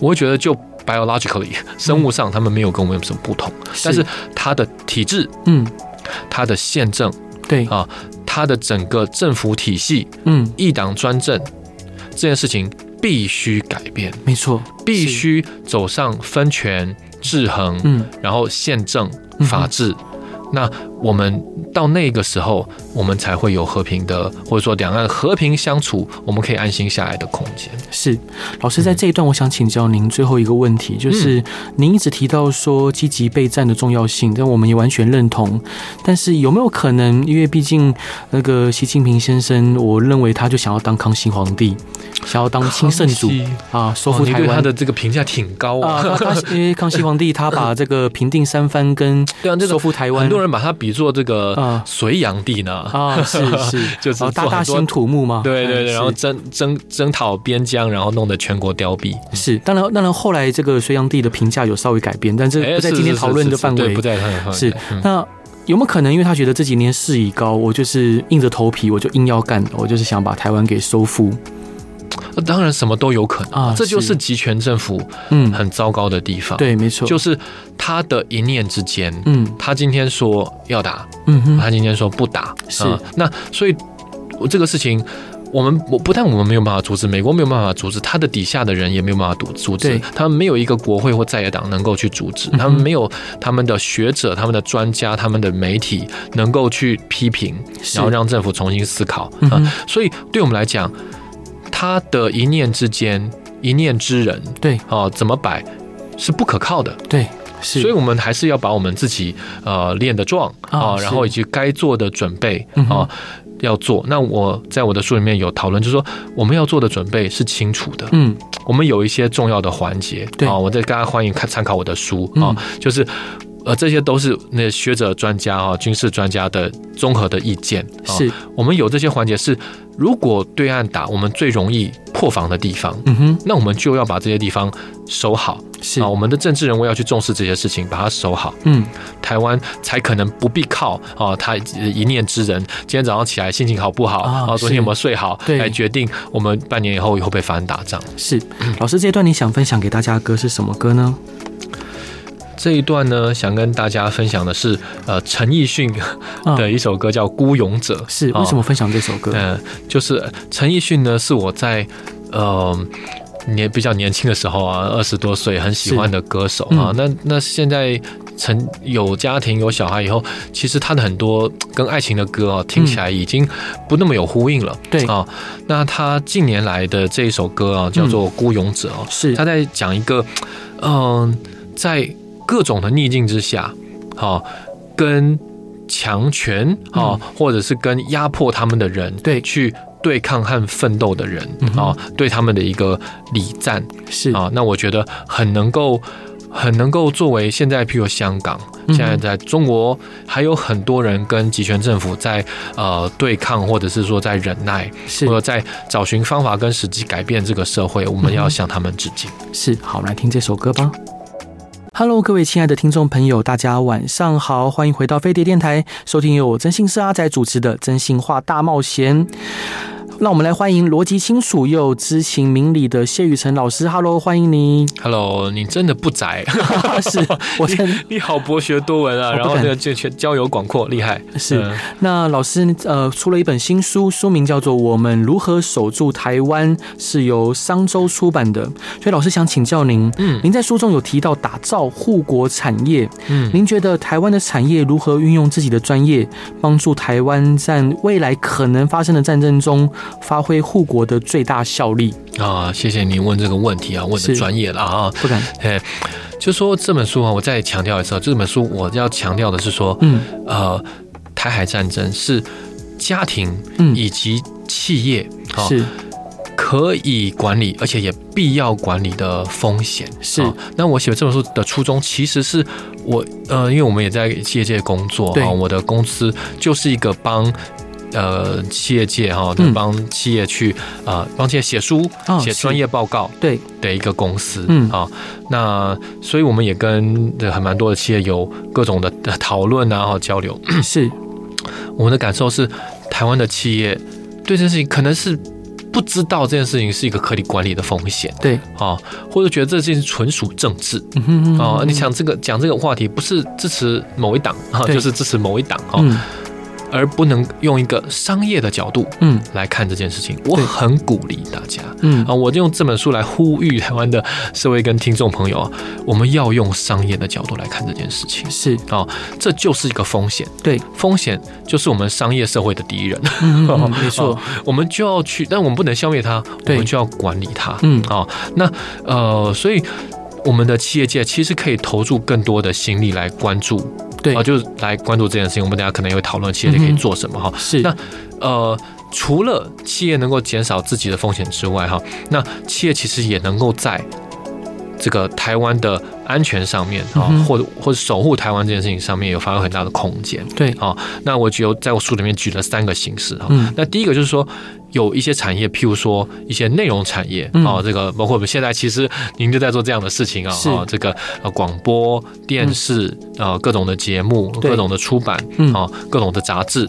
[SPEAKER 2] 我会觉得就 biologically 生物上他们没有跟我们有什么不同，但是他的体制、
[SPEAKER 1] 嗯
[SPEAKER 2] 他的宪政、
[SPEAKER 1] 对
[SPEAKER 2] 啊他的整个政府体系、
[SPEAKER 1] 嗯
[SPEAKER 2] 一党专政这件事情必须改变，
[SPEAKER 1] 没错
[SPEAKER 2] 必须走上分权制衡，
[SPEAKER 1] 嗯
[SPEAKER 2] 然后宪政
[SPEAKER 1] 嗯哼
[SPEAKER 2] 法治。那我们到那个时候，我们才会有和平的，或者说两岸和平相处，我们可以安心下来的空间。
[SPEAKER 1] 是老师在这一段，我想请教您最后一个问题，就是您一直提到说积极备战的重要性，但我们也完全认同。但是有没有可能，因为毕竟那个习近平先生，我认为他就想要当康熙皇帝，想要当清圣主
[SPEAKER 2] 康熙
[SPEAKER 1] 啊，收
[SPEAKER 2] 哦，
[SPEAKER 1] 复
[SPEAKER 2] 你
[SPEAKER 1] 台
[SPEAKER 2] 对他
[SPEAKER 1] 湾。
[SPEAKER 2] 的这个评价挺高
[SPEAKER 1] 啊，
[SPEAKER 2] 啊。
[SPEAKER 1] 他 他因为康熙皇帝他把这个平定三藩跟
[SPEAKER 2] 对啊，这
[SPEAKER 1] 收
[SPEAKER 2] 个
[SPEAKER 1] 复台湾，
[SPEAKER 2] 很多人把他比作这个
[SPEAKER 1] 啊
[SPEAKER 2] 隋炀帝呢。
[SPEAKER 1] 啊是是
[SPEAKER 2] 就是
[SPEAKER 1] 啊
[SPEAKER 2] 做
[SPEAKER 1] 大大
[SPEAKER 2] 很多
[SPEAKER 1] 兴土木嘛，
[SPEAKER 2] 对对
[SPEAKER 1] 哎
[SPEAKER 2] 对，
[SPEAKER 1] 是
[SPEAKER 2] 然后征征征讨边疆，然后弄得全国凋敝。
[SPEAKER 1] 是当然当然后来这个隋炀帝的评价有稍微改变，但这
[SPEAKER 2] 哎
[SPEAKER 1] 不在
[SPEAKER 2] 是
[SPEAKER 1] 今天
[SPEAKER 2] 是
[SPEAKER 1] 讨论
[SPEAKER 2] 是
[SPEAKER 1] 的
[SPEAKER 2] 是
[SPEAKER 1] 范
[SPEAKER 2] 对
[SPEAKER 1] 围
[SPEAKER 2] 不。在他的范围。
[SPEAKER 1] 是
[SPEAKER 2] 嗯
[SPEAKER 1] 那有没有可能，因为他觉得这几年事已高，我就是硬着头皮，我就硬要干，我就是想把台湾给收复？
[SPEAKER 2] 呃当然什么都有可能
[SPEAKER 1] 啊
[SPEAKER 2] 这就是是集权政府
[SPEAKER 1] 嗯，
[SPEAKER 2] 很糟糕的地方。，
[SPEAKER 1] 对，没错，
[SPEAKER 2] 就是他的一念之间，
[SPEAKER 1] 嗯
[SPEAKER 2] 他今天说要打，
[SPEAKER 1] 嗯哼，
[SPEAKER 2] 他今天说不打，
[SPEAKER 1] 是
[SPEAKER 2] 啊那所以我这个事情。我们我不但我们没有办法阻止，美国没有办法阻止，他的底下的人也没有办法阻阻
[SPEAKER 1] 对嗯
[SPEAKER 2] 止，他们没有一个国会或在野党能够去阻止，他们没有他们的学者、他们的专家、他们的媒体能够去批评，
[SPEAKER 1] 是
[SPEAKER 2] 然后让政府重新思考
[SPEAKER 1] 嗯
[SPEAKER 2] 啊
[SPEAKER 1] 哼。
[SPEAKER 2] 所以对我们来讲，他的一念之间、一念之人
[SPEAKER 1] 对
[SPEAKER 2] 啊，怎么摆是不可靠的。
[SPEAKER 1] 对是，
[SPEAKER 2] 所以我们还是要把我们自己呃练得壮
[SPEAKER 1] 啊
[SPEAKER 2] 啊，
[SPEAKER 1] 是
[SPEAKER 2] 然后以及该做的准备
[SPEAKER 1] 嗯哼
[SPEAKER 2] 啊要做。那我在我的书里面有讨论，就是说我们要做的准备是清楚的，
[SPEAKER 1] 嗯
[SPEAKER 2] 我们有一些重要的环节
[SPEAKER 1] 对
[SPEAKER 2] 啊，我在大家欢迎看参考我的书啊
[SPEAKER 1] 嗯，
[SPEAKER 2] 就是。呃，这些都是那学者、专家啊、军事专家的综合的意见啊。
[SPEAKER 1] 是，
[SPEAKER 2] 我们有这些环节是，如果对岸打我们最容易破防的地方，
[SPEAKER 1] 嗯哼
[SPEAKER 2] 那我们就要把这些地方守好
[SPEAKER 1] 是
[SPEAKER 2] 啊。，我们的政治人物要去重视这些事情，把它守好。
[SPEAKER 1] 嗯
[SPEAKER 2] 台湾才可能不必靠啊，他呃一念之人，今天早上起来心情好不好
[SPEAKER 1] 啊
[SPEAKER 2] 啊？昨天有没有睡好？
[SPEAKER 1] 对
[SPEAKER 2] 来决定我们半年以后会不会发生打仗。
[SPEAKER 1] 是。老师，这一段你想分享给大家的歌是什么歌呢？
[SPEAKER 2] 这一段呢，想跟大家分享的是，呃，陈奕迅
[SPEAKER 1] 啊
[SPEAKER 2] 的一首歌叫《孤勇者》。
[SPEAKER 1] 是为什么分享这首歌？
[SPEAKER 2] 嗯、就是陈奕迅呢，是我在呃年比较年轻的时候啊，二十多岁很喜欢的歌手啊。
[SPEAKER 1] 嗯
[SPEAKER 2] 那那现在成有家庭有小孩以后，其实他的很多跟爱情的歌啊，听起来已经不那么有呼应了。
[SPEAKER 1] 嗯对
[SPEAKER 2] 啊，那他近年来的这一首歌啊，
[SPEAKER 1] 嗯
[SPEAKER 2] 叫做《孤勇者》啊，
[SPEAKER 1] 是
[SPEAKER 2] 他在讲一个嗯、在各种的逆境之下，啊，跟强权啊，
[SPEAKER 1] 嗯
[SPEAKER 2] 或者是跟压迫他们的人，
[SPEAKER 1] 对
[SPEAKER 2] 去对抗和奋斗的人
[SPEAKER 1] 嗯哼
[SPEAKER 2] 啊，对他们的一个礼赞
[SPEAKER 1] 是
[SPEAKER 2] 啊，那我觉得很能够很能够作为现在，譬如香港，
[SPEAKER 1] 嗯
[SPEAKER 2] 现在在中国还有很多人跟集权政府在呃对抗，或者是说在忍耐，
[SPEAKER 1] 嗯是
[SPEAKER 2] 或者在找寻方法跟时机改变这个社会。我们
[SPEAKER 1] 嗯
[SPEAKER 2] 要
[SPEAKER 1] 哼
[SPEAKER 2] 向他们致敬。
[SPEAKER 1] 是，好，我们来听这首歌吧。Hello，各位亲爱的听众朋友，大家晚上好，欢迎回到飞碟电台，收听由我真心是阿仔主持的《真心话大冒险》。让我们来欢迎逻辑清楚又知情明理的谢雨辰老师。Hello，欢迎你。
[SPEAKER 2] Hello，你真的不宅，
[SPEAKER 1] 是我真
[SPEAKER 2] 你好博学多闻啊，
[SPEAKER 1] 我不
[SPEAKER 2] 然后
[SPEAKER 1] 敢
[SPEAKER 2] 这个这全交友广阔，厉害。
[SPEAKER 1] 是
[SPEAKER 2] 嗯
[SPEAKER 1] 那老师呃出了一本新书，书名叫做《我们如何守住台湾》，是由商周出版的。所以老师想请教您，
[SPEAKER 2] 嗯
[SPEAKER 1] 您在书中有提到打造护国产业，
[SPEAKER 2] 嗯
[SPEAKER 1] 您觉得台湾的产业如何运用自己的专业，帮助台湾在未来可能发生的战争中发挥护国的最大效力？
[SPEAKER 2] 啊，谢谢你问这个问题啊，问的
[SPEAKER 1] 是
[SPEAKER 2] 专业了啊。
[SPEAKER 1] 不敢，
[SPEAKER 2] 就说这本书啊，我再强调一次啊，这本书我要强调的是说，
[SPEAKER 1] 嗯
[SPEAKER 2] 呃，台海战争是家庭
[SPEAKER 1] 嗯，
[SPEAKER 2] 以及企业啊、
[SPEAKER 1] 是
[SPEAKER 2] 可以管理，而且也必要管理的风险。
[SPEAKER 1] 是
[SPEAKER 2] 啊那我写这本书的初衷，其实是我呃，因为我们也在企业界工作
[SPEAKER 1] 对
[SPEAKER 2] 啊，我的公司就是一个帮。呃，企业界哈，
[SPEAKER 1] 嗯
[SPEAKER 2] 帮企业去呃，帮企业写书、
[SPEAKER 1] 哦
[SPEAKER 2] 写
[SPEAKER 1] 是
[SPEAKER 2] 专业报告，
[SPEAKER 1] 对，
[SPEAKER 2] 的一个公司，
[SPEAKER 1] 嗯
[SPEAKER 2] 啊、那所以我们也跟呃很蛮多的企业有各种的呃讨论啊，和交流。
[SPEAKER 1] 是
[SPEAKER 2] 我们的感受是，台湾的企业对这件事情可能是不知道这件事情是一个可以管理的风险
[SPEAKER 1] 对，
[SPEAKER 2] 啊、或者觉得这件事情纯属政治
[SPEAKER 1] 嗯哼哼
[SPEAKER 2] 啊、你，想这个讲这个话题，不是支持某一党啊、
[SPEAKER 1] 对
[SPEAKER 2] 就是支持某一党啊、
[SPEAKER 1] 嗯
[SPEAKER 2] 而不能用一个商业的角度
[SPEAKER 1] 嗯
[SPEAKER 2] 来看这件事情。我
[SPEAKER 1] 对
[SPEAKER 2] 很鼓励大家，
[SPEAKER 1] 嗯
[SPEAKER 2] 啊，我就用这本书来呼吁台湾的社会跟听众朋友啊，我们要用商业的角度来看这件事情啊
[SPEAKER 1] 嗯，，是
[SPEAKER 2] 这就是一个风险。
[SPEAKER 1] 对，
[SPEAKER 2] 风险就是我们商业社会的敌人，
[SPEAKER 1] 嗯
[SPEAKER 2] 哦
[SPEAKER 1] 嗯嗯没错，
[SPEAKER 2] 我们就要去，但我们不能消灭它，我
[SPEAKER 1] 对
[SPEAKER 2] 们就要管理它。
[SPEAKER 1] 嗯
[SPEAKER 2] 啊，那呃，所以。我们的企业界其实可以投入更多的心力来关注，
[SPEAKER 1] 对
[SPEAKER 2] 啊、就是来关注这件事情。我们等一下可能也会讨论企业界可以
[SPEAKER 1] 嗯哼
[SPEAKER 2] 做什么哈、
[SPEAKER 1] 是
[SPEAKER 2] 那呃，除了企业能够减少自己的风险之外，哈，那企业其实也能够在这个台湾的安全上面啊
[SPEAKER 1] 嗯哼，
[SPEAKER 2] 或者或者守护台湾这件事情上面有发挥很大的空间。哦
[SPEAKER 1] 对，
[SPEAKER 2] 那我只有在我书里面举了三个形式哦哈。
[SPEAKER 1] 嗯
[SPEAKER 2] 那第一个就是说，有一些产业，譬如说一些内容产业
[SPEAKER 1] 嗯
[SPEAKER 2] 啊，这个包括我们现在其实您就在做这样的事情啊，
[SPEAKER 1] 是嗯
[SPEAKER 2] 啊，这个呃广播电视啊各种的节目，
[SPEAKER 1] 对
[SPEAKER 2] 各种的出版
[SPEAKER 1] 嗯
[SPEAKER 2] 啊，各种的杂志，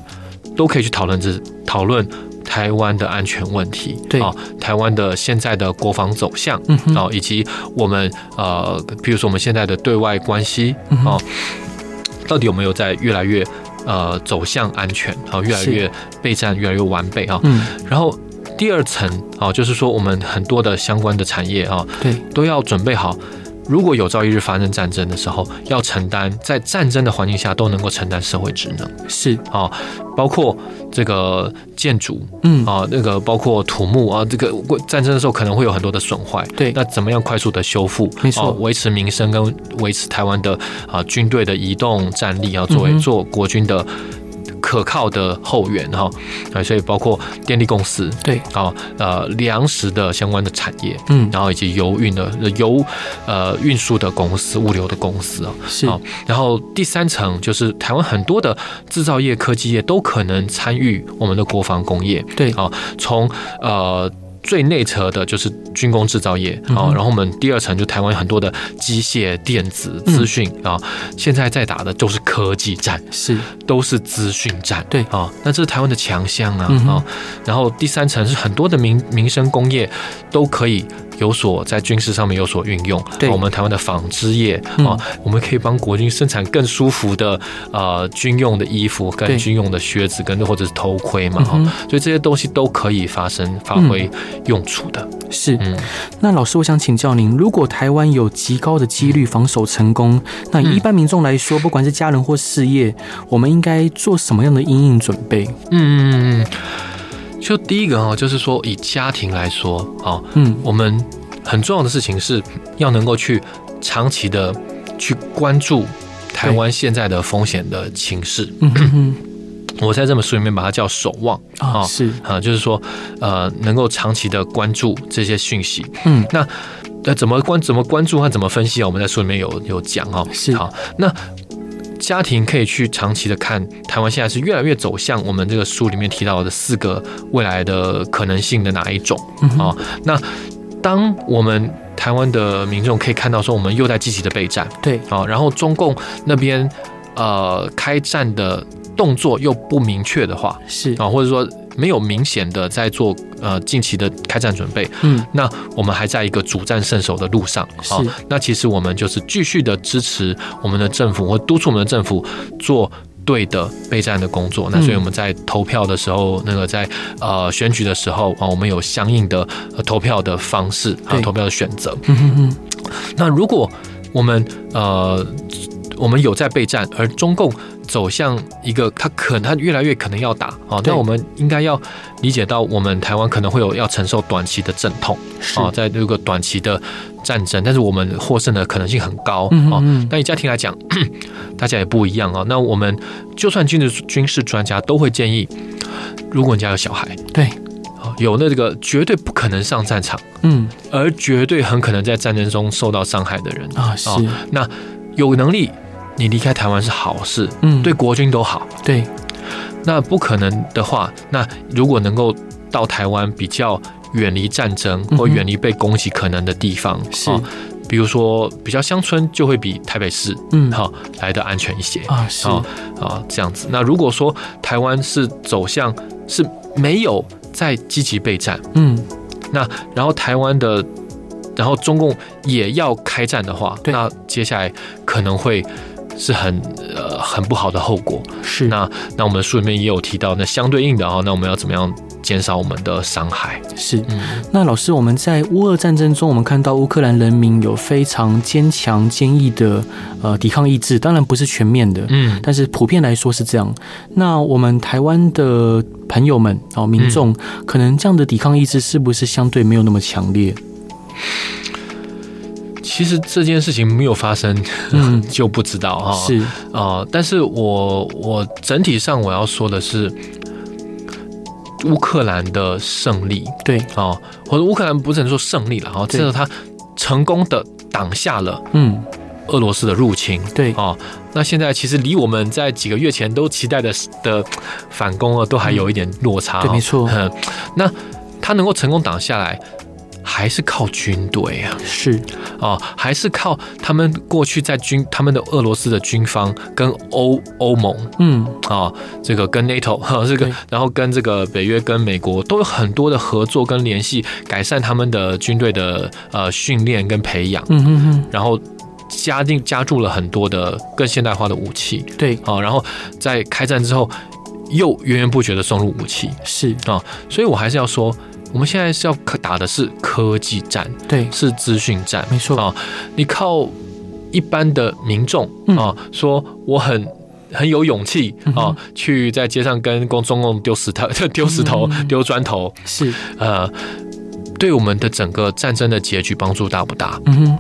[SPEAKER 2] 都可以去讨论这讨论台湾的安全问题，
[SPEAKER 1] 对
[SPEAKER 2] 啊，台湾的现在的国防走向。
[SPEAKER 1] 嗯哼
[SPEAKER 2] 啊，以及我们呃，比如说我们现在的对外关系
[SPEAKER 1] 嗯哼
[SPEAKER 2] 啊，到底有没有在越来越呃走向安全啊，越来
[SPEAKER 1] 是
[SPEAKER 2] 越备战越来越完备啊？
[SPEAKER 1] 嗯
[SPEAKER 2] 然后第二层啊，就是说我们很多的相关的产业啊，
[SPEAKER 1] 对，
[SPEAKER 2] 都要准备好。如果有朝一日发生战争的时候，要承担在战争的环境下都能够承担社会职能，啊
[SPEAKER 1] 是
[SPEAKER 2] 包括这个建筑
[SPEAKER 1] 嗯
[SPEAKER 2] 啊，那个包括土木啊，这个战争的时候可能会有很多的损坏，
[SPEAKER 1] 对
[SPEAKER 2] 那怎么样快速的修复？
[SPEAKER 1] 没错
[SPEAKER 2] 哦维持民生跟维持台湾的啊军队的移动战力啊，作
[SPEAKER 1] 嗯
[SPEAKER 2] 为
[SPEAKER 1] 哼
[SPEAKER 2] 做国军的可靠的后援哈。啊，所以包括电力公司
[SPEAKER 1] 对，
[SPEAKER 2] 啊，呃，粮食的相关的产业，
[SPEAKER 1] 嗯
[SPEAKER 2] 然后以及油运的呃油呃运输的公司、物流的公司啊。
[SPEAKER 1] 是
[SPEAKER 2] 好然后第三层就是台湾很多的制造业、科技业都可能参与我们的国防工业。
[SPEAKER 1] 对
[SPEAKER 2] 好哦从呃最内侧的就是军工制造业
[SPEAKER 1] 嗯
[SPEAKER 2] 啊、
[SPEAKER 1] 哼
[SPEAKER 2] 然后我们第二层就台湾很多的机械、电子、
[SPEAKER 1] 嗯
[SPEAKER 2] 资讯啊、现在在打的都是科技战，
[SPEAKER 1] 是
[SPEAKER 2] 都是资讯战，
[SPEAKER 1] 对
[SPEAKER 2] 啊、那这是台湾的强项啊啊、
[SPEAKER 1] 嗯哼
[SPEAKER 2] 然后第三层是很多的民民生工业都可以。有所在军事上面有所运用，
[SPEAKER 1] 对
[SPEAKER 2] 啊我们台湾的纺织业啊、
[SPEAKER 1] 嗯
[SPEAKER 2] 我们可以帮国军生产更舒服的呃军用的衣服、
[SPEAKER 1] 对
[SPEAKER 2] 跟军用的靴子、跟或者是头盔嘛
[SPEAKER 1] 嗯
[SPEAKER 2] 哈、
[SPEAKER 1] 哼
[SPEAKER 2] 所以这些东西都可以发生发挥用处的。
[SPEAKER 1] 是。
[SPEAKER 2] 嗯，
[SPEAKER 1] 那老师，我想请教您，如果台湾有极高的几率防守成
[SPEAKER 2] 嗯
[SPEAKER 1] 功，那以一般民众来说，不管是家人或事业，我们应该做什么样的因应准备？
[SPEAKER 2] 嗯嗯嗯嗯，就第一个哈，就是说以家庭来说啊，
[SPEAKER 1] 嗯，
[SPEAKER 2] 我们很重要的事情是要能够去长期的去关注台湾现在的风险的情势。
[SPEAKER 1] 嗯哼哼，
[SPEAKER 2] 我在这本书里面把它叫守望
[SPEAKER 1] 啊，
[SPEAKER 2] 啊
[SPEAKER 1] 是，
[SPEAKER 2] 啊，就是说呃，能够长期的关注这些讯息。
[SPEAKER 1] 嗯，
[SPEAKER 2] 那呃，怎么关怎么关注和怎么分析啊？我们在书里面有有讲哈、哦。
[SPEAKER 1] 是
[SPEAKER 2] 好，那家庭可以去长期的看，台湾现在是越来越走向我们这个书里面提到的四个未来的可能性的哪一种
[SPEAKER 1] 嗯哼
[SPEAKER 2] 啊、哦那当我们台湾的民众可以看到说，我们又在积极的备战
[SPEAKER 1] 对，
[SPEAKER 2] 啊、哦然后中共那边呃开战的动作又不明确的话，
[SPEAKER 1] 是，
[SPEAKER 2] 啊，或者说没有明显的在做呃近期的开战准备，
[SPEAKER 1] 嗯，
[SPEAKER 2] 那我们还在一个主战胜守的路上
[SPEAKER 1] 是
[SPEAKER 2] 啊。那其实我们就是继续的支持我们的政府或督促我们的政府做。对的备战的工
[SPEAKER 1] 嗯
[SPEAKER 2] 作，那所以我们在投票的时候，那个在呃选举的时候啊，我们有相应的、呃投票的方式啊
[SPEAKER 1] 对，
[SPEAKER 2] 投票的选择。
[SPEAKER 1] 嗯哼哼，
[SPEAKER 2] 那如果我们呃，我们有在备战，而中共走向一个他可能他越来越可能要打啊，
[SPEAKER 1] 对
[SPEAKER 2] 那我们应该要理解到，我们台湾可能会有要承受短期的阵痛
[SPEAKER 1] 是，
[SPEAKER 2] 啊，在这个短期的战争，但是我们获胜的可能性很高
[SPEAKER 1] 嗯
[SPEAKER 2] 啊。
[SPEAKER 1] 嗯
[SPEAKER 2] 那以家庭来讲， 大家也不一样啊。那我们就算军事军事专家都会建议，如果你家有小孩，
[SPEAKER 1] 嗯，对，
[SPEAKER 2] 啊有那个绝对不可能上战场，
[SPEAKER 1] 嗯
[SPEAKER 2] 而绝对很可能在战争中受到伤害的人，
[SPEAKER 1] 啊是，
[SPEAKER 2] 有能力，你离开台湾是好事，
[SPEAKER 1] 嗯
[SPEAKER 2] 对国军都好。
[SPEAKER 1] 对，
[SPEAKER 2] 那不可能的话，那如果能够到台湾比较远离战争
[SPEAKER 1] 嗯哼
[SPEAKER 2] 或远离被攻击可能的地方，
[SPEAKER 1] 是
[SPEAKER 2] 哦比如说比较乡村，就会比台北市
[SPEAKER 1] 嗯
[SPEAKER 2] 好、来的安全一些。
[SPEAKER 1] 啊是，
[SPEAKER 2] 好啊，这样子。那如果说台湾是走向是没有在积极备战，
[SPEAKER 1] 嗯
[SPEAKER 2] 然后台湾的，然后中共也要开战的话，
[SPEAKER 1] 对
[SPEAKER 2] 那接下来可能会是很呃很不好的后果。
[SPEAKER 1] 是，
[SPEAKER 2] 那那我们书里面也有提到，那相对应的啊，那我们要怎么样减少我们的伤害？
[SPEAKER 1] 是。
[SPEAKER 2] 嗯，
[SPEAKER 1] 那老师，我们在乌俄战争中，我们看到乌克兰人民有非常坚强、坚毅的呃抵抗意志，当然不是全面的，
[SPEAKER 2] 嗯
[SPEAKER 1] 但是普遍来说是这样。那我们台湾的朋友们哦，民众、可能这样的抵抗意志是不是相对没有那么强烈？
[SPEAKER 2] 其实这件事情没有发生，
[SPEAKER 1] 嗯
[SPEAKER 2] 就不知道哈、啊。
[SPEAKER 1] 是，
[SPEAKER 2] 呃，但是我我整体上我要说的是，乌克兰的胜利
[SPEAKER 1] 对，
[SPEAKER 2] 哦，或者乌克兰不能说胜利了哦，
[SPEAKER 1] 对
[SPEAKER 2] 至少他成功的挡下了
[SPEAKER 1] 嗯，
[SPEAKER 2] 俄罗斯的入侵
[SPEAKER 1] 对，
[SPEAKER 2] 哦。那现在其实离我们在几个月前都期待的的反攻啊，都还有一点落差、哦
[SPEAKER 1] 对没 错
[SPEAKER 2] 嗯那他能够成功挡下来，还是靠军队啊，
[SPEAKER 1] 是，
[SPEAKER 2] 哦，还是靠他们过去在军他们的俄罗斯的军方跟欧欧盟
[SPEAKER 1] 嗯，
[SPEAKER 2] 啊、这个跟 NATO 呵这个
[SPEAKER 1] 对，
[SPEAKER 2] 然后跟这个北约、跟美国都有很多的合作跟联系，改善他们的军队的呃训练跟培养，
[SPEAKER 1] 嗯嗯嗯，
[SPEAKER 2] 然后加进加注了很多的更现代化的武器
[SPEAKER 1] 对，
[SPEAKER 2] 啊、然后在开战之后又源源不绝的送入武器，
[SPEAKER 1] 是，
[SPEAKER 2] 所以我还是要说，我们现在是要打的是科技战，
[SPEAKER 1] 对，
[SPEAKER 2] 是资讯战，
[SPEAKER 1] 没错，
[SPEAKER 2] 啊，你靠一般的民众
[SPEAKER 1] 嗯
[SPEAKER 2] 啊，说我很。很有勇气
[SPEAKER 1] 嗯哼
[SPEAKER 2] 啊，去在街上跟公中共丢石头、 丢石头
[SPEAKER 1] 嗯嗯嗯、
[SPEAKER 2] 丢砖头，
[SPEAKER 1] 是，
[SPEAKER 2] 呃，对我们的整个战争的结局帮助大不大？
[SPEAKER 1] 嗯哼。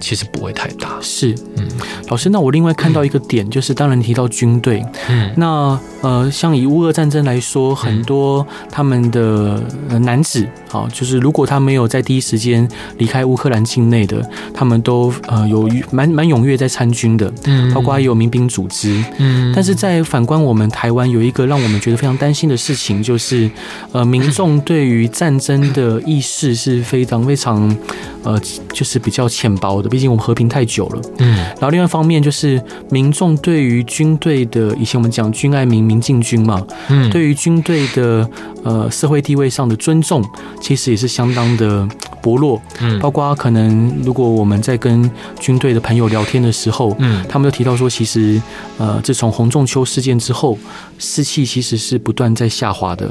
[SPEAKER 2] 其实不会太大。
[SPEAKER 1] 是，
[SPEAKER 2] 嗯
[SPEAKER 1] 老师，那我另外看到一个点，就是当然提到军队，
[SPEAKER 2] 嗯，
[SPEAKER 1] 那呃，像以乌俄战争来说，很多他们的呃男子，好、就是如果他没有在第一时间离开乌克兰境内的，他们都呃有蛮蛮踊跃在参军的，
[SPEAKER 2] 嗯
[SPEAKER 1] 包括也有民兵组织。
[SPEAKER 2] 嗯
[SPEAKER 1] 但是在反观我们台湾，有一个让我们觉得非常担心的事情，就是呃，民 众对于战争的意识是非常非常呃，就是比较浅薄的，毕竟我们和平太久了。
[SPEAKER 2] 嗯
[SPEAKER 1] 然后另外一方面就是民众对于军队的，以前我们讲军爱民，民进军嘛，
[SPEAKER 2] 嗯，
[SPEAKER 1] 对于军队的呃社会地位上的尊重，其实也是相当的薄弱。
[SPEAKER 2] 嗯
[SPEAKER 1] 包括可能如果我们在跟军队的朋友聊天的时候，
[SPEAKER 2] 嗯
[SPEAKER 1] 他们就提到说，其实呃自从洪仲秋事件之后，士气其实是不断在下滑的，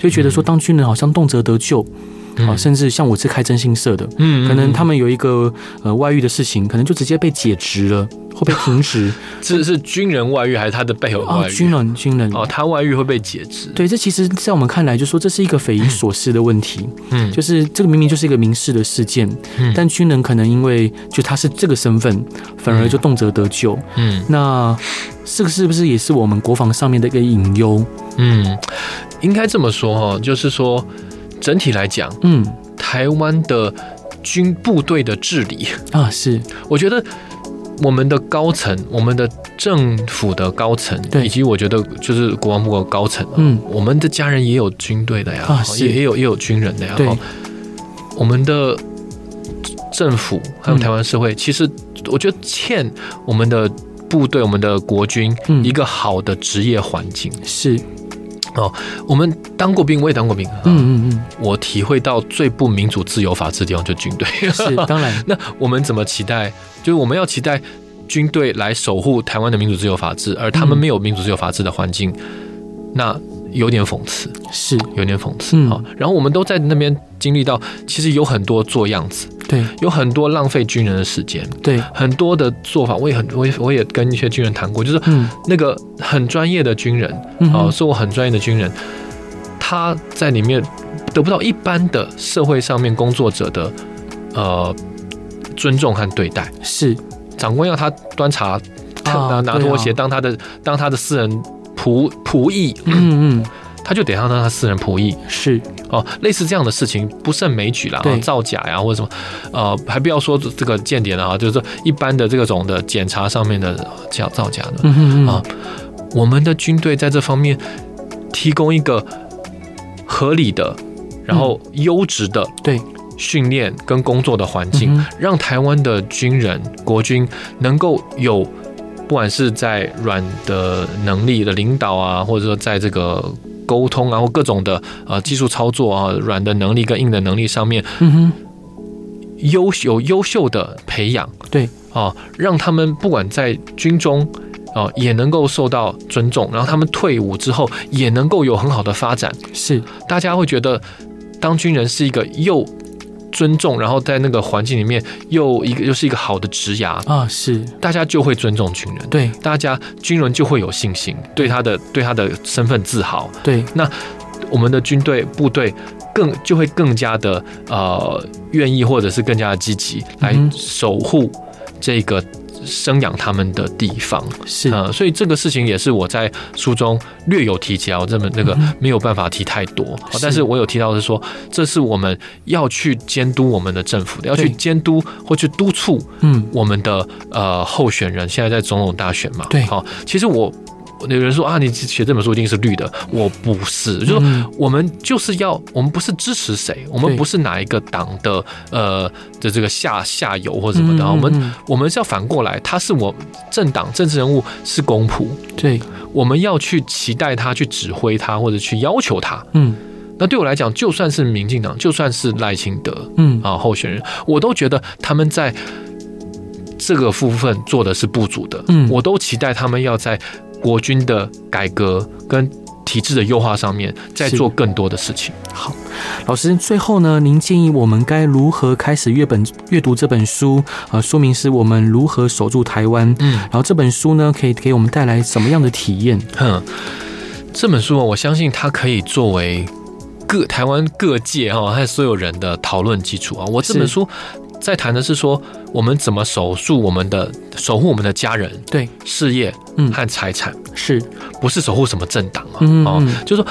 [SPEAKER 1] 所以觉得说当军人好像动辄得咎。啊、
[SPEAKER 2] 嗯
[SPEAKER 1] 甚至像我是开征信社的，
[SPEAKER 2] 嗯
[SPEAKER 1] 可能他们有一个呃外遇的事情，可能就直接被解职了，会被停职
[SPEAKER 2] 这是军人外遇还是他的配偶
[SPEAKER 1] 啊
[SPEAKER 2] 外，遇？
[SPEAKER 1] 军人军人
[SPEAKER 2] 哦，他外遇会被解职。
[SPEAKER 1] 对，这其实在我们看来，就说这是一个匪夷所思的问题，
[SPEAKER 2] 嗯，
[SPEAKER 1] 就是这个明明就是一个民事的事件，
[SPEAKER 2] 嗯
[SPEAKER 1] 但军人可能因为就他是这个身份，反而就动辄得咎。
[SPEAKER 2] 嗯
[SPEAKER 1] 那这个是不是也是我们国防上面的一个隐忧？
[SPEAKER 2] 嗯，应该这么说哈、哦，就是说整体来讲，
[SPEAKER 1] 嗯
[SPEAKER 2] 台湾的军部队的治理，
[SPEAKER 1] 啊，是
[SPEAKER 2] 我觉得。我们的高层，我们的政府的高层，
[SPEAKER 1] 对
[SPEAKER 2] 以及我觉得就是国防部的高层、啊
[SPEAKER 1] 嗯
[SPEAKER 2] 我们的家人也有军队的呀，
[SPEAKER 1] 啊是
[SPEAKER 2] 也也有也有军人的呀。
[SPEAKER 1] 对
[SPEAKER 2] 哦我们的政府还
[SPEAKER 1] 嗯
[SPEAKER 2] 有台湾社会，其实我觉得欠我们的部队、我们的国军、
[SPEAKER 1] 嗯
[SPEAKER 2] 一个好的职业环境。
[SPEAKER 1] 是
[SPEAKER 2] 我们当过兵，我也当过兵，啊
[SPEAKER 1] 嗯嗯嗯
[SPEAKER 2] 我体会到最不民主、自由、法治的地方就是军队。
[SPEAKER 1] 是当然
[SPEAKER 2] 那我们怎么期待？就是我们要期待军队来守护台湾的民主、自由、法治，而他们
[SPEAKER 1] 嗯
[SPEAKER 2] 没有民主、自由、法治的环境，那有点讽刺。
[SPEAKER 1] 是
[SPEAKER 2] 有点讽刺
[SPEAKER 1] 嗯
[SPEAKER 2] 啊、然后我们都在那边经历到，其实有很多做样子，
[SPEAKER 1] 对
[SPEAKER 2] 有很多浪费军人的时间，
[SPEAKER 1] 对
[SPEAKER 2] 很多的做法。我也很，我也我也跟一些军人谈过，就是
[SPEAKER 1] 嗯
[SPEAKER 2] 那个很专业的军人
[SPEAKER 1] 嗯
[SPEAKER 2] 啊、
[SPEAKER 1] 哼
[SPEAKER 2] 说我很专业的军人，他在里面得不到一般的社会上面工作者的呃尊重和对待。
[SPEAKER 1] 嗯是
[SPEAKER 2] 长官要他端茶，拿
[SPEAKER 1] 对
[SPEAKER 2] 拿
[SPEAKER 1] 啊
[SPEAKER 2] 拖鞋当他的当他的私人仆仆役，
[SPEAKER 1] 嗯嗯
[SPEAKER 2] 他就得要当他私人仆役。
[SPEAKER 1] 是
[SPEAKER 2] 哦，类似这样的事情不胜枚举啦，
[SPEAKER 1] 对
[SPEAKER 2] 哦造假呀或者什么，呃，还不要说这个间谍了啊，就是说一般的这种的检查上面的假造假的，
[SPEAKER 1] 嗯嗯嗯
[SPEAKER 2] 啊我们的军队在这方面提供一个合理的，然后
[SPEAKER 1] 嗯
[SPEAKER 2] 优质的
[SPEAKER 1] 对
[SPEAKER 2] 训练跟工作的环境，
[SPEAKER 1] 嗯哼
[SPEAKER 2] 让台湾的军人国军能够有。不管是在软的能力的领导啊，或者说在这个沟通啊，或各种的呃技术操作啊，软的能力跟硬的能力上面，
[SPEAKER 1] 嗯哼
[SPEAKER 2] 优有优秀的培养，
[SPEAKER 1] 对
[SPEAKER 2] 啊，让他们不管在军中。啊，也能够受到尊重，然后他们退伍之后也能够有很好的发展。
[SPEAKER 1] 是
[SPEAKER 2] 大家会觉得当军人是一个又尊重，然后在那个环境里面又一个又是一个好的职涯，
[SPEAKER 1] 啊是
[SPEAKER 2] 大家就会尊重军人，
[SPEAKER 1] 对
[SPEAKER 2] 大家军人就会有信心，对他的对他的身份自豪。
[SPEAKER 1] 对
[SPEAKER 2] 我们的军队部队更就会更加的呃愿意或者是更加的积极来
[SPEAKER 1] 嗯哼
[SPEAKER 2] 守护这个生养他们的地方。
[SPEAKER 1] 是
[SPEAKER 2] 呃，所以这个事情也是我在书中略有提及啊，我这么那个
[SPEAKER 1] 嗯哼
[SPEAKER 2] 没有办法提太多，哦
[SPEAKER 1] 是
[SPEAKER 2] 但是我有提到的是说，这是我们要去监督我们的政府的，要去
[SPEAKER 1] 对
[SPEAKER 2] 监督或去督促
[SPEAKER 1] 嗯
[SPEAKER 2] 我们的呃候选人现在在总统大选嘛，
[SPEAKER 1] 对
[SPEAKER 2] 好、其实我有人说啊，你写这本书一定是绿的，我不是，就是说
[SPEAKER 1] 嗯
[SPEAKER 2] 我们就是要，我们不是支持谁，我们
[SPEAKER 1] 对
[SPEAKER 2] 不是哪一个党的呃的这个下下游或什么的，
[SPEAKER 1] 嗯
[SPEAKER 2] 我们
[SPEAKER 1] 嗯
[SPEAKER 2] 我们是要反过来，他是我政党政治人物是公仆，
[SPEAKER 1] 嗯对
[SPEAKER 2] 我们要去期待他去指挥他或者去要求他。
[SPEAKER 1] 嗯
[SPEAKER 2] 那对我来讲，就算是民进党，就算是赖清德，
[SPEAKER 1] 嗯
[SPEAKER 2] 啊候选人，我都觉得他们在这个部分做的是不足的。
[SPEAKER 1] 嗯
[SPEAKER 2] 我都期待他们要在国军的改革跟体制的优化上面再
[SPEAKER 1] 是
[SPEAKER 2] 做更多的事情。
[SPEAKER 1] 老师，最后呢，您建议我们该如何开始阅本阅读这本书？呃，说明是我们如何守住台湾。
[SPEAKER 2] 嗯
[SPEAKER 1] 然后这本书呢，可以给我们带来什么样的体验？
[SPEAKER 2] 哼，这本书我相信它可以作为各台湾各界哈、还有所有人的讨论基础啊。我这本
[SPEAKER 1] 是
[SPEAKER 2] 书在谈的是说，我们怎么守住我们的守护我们的家人、
[SPEAKER 1] 对，
[SPEAKER 2] 事业
[SPEAKER 1] 嗯
[SPEAKER 2] 和财产。
[SPEAKER 1] 是，
[SPEAKER 2] 不是守护什么政党啊，
[SPEAKER 1] 嗯
[SPEAKER 2] 哦
[SPEAKER 1] 嗯，
[SPEAKER 2] 就是说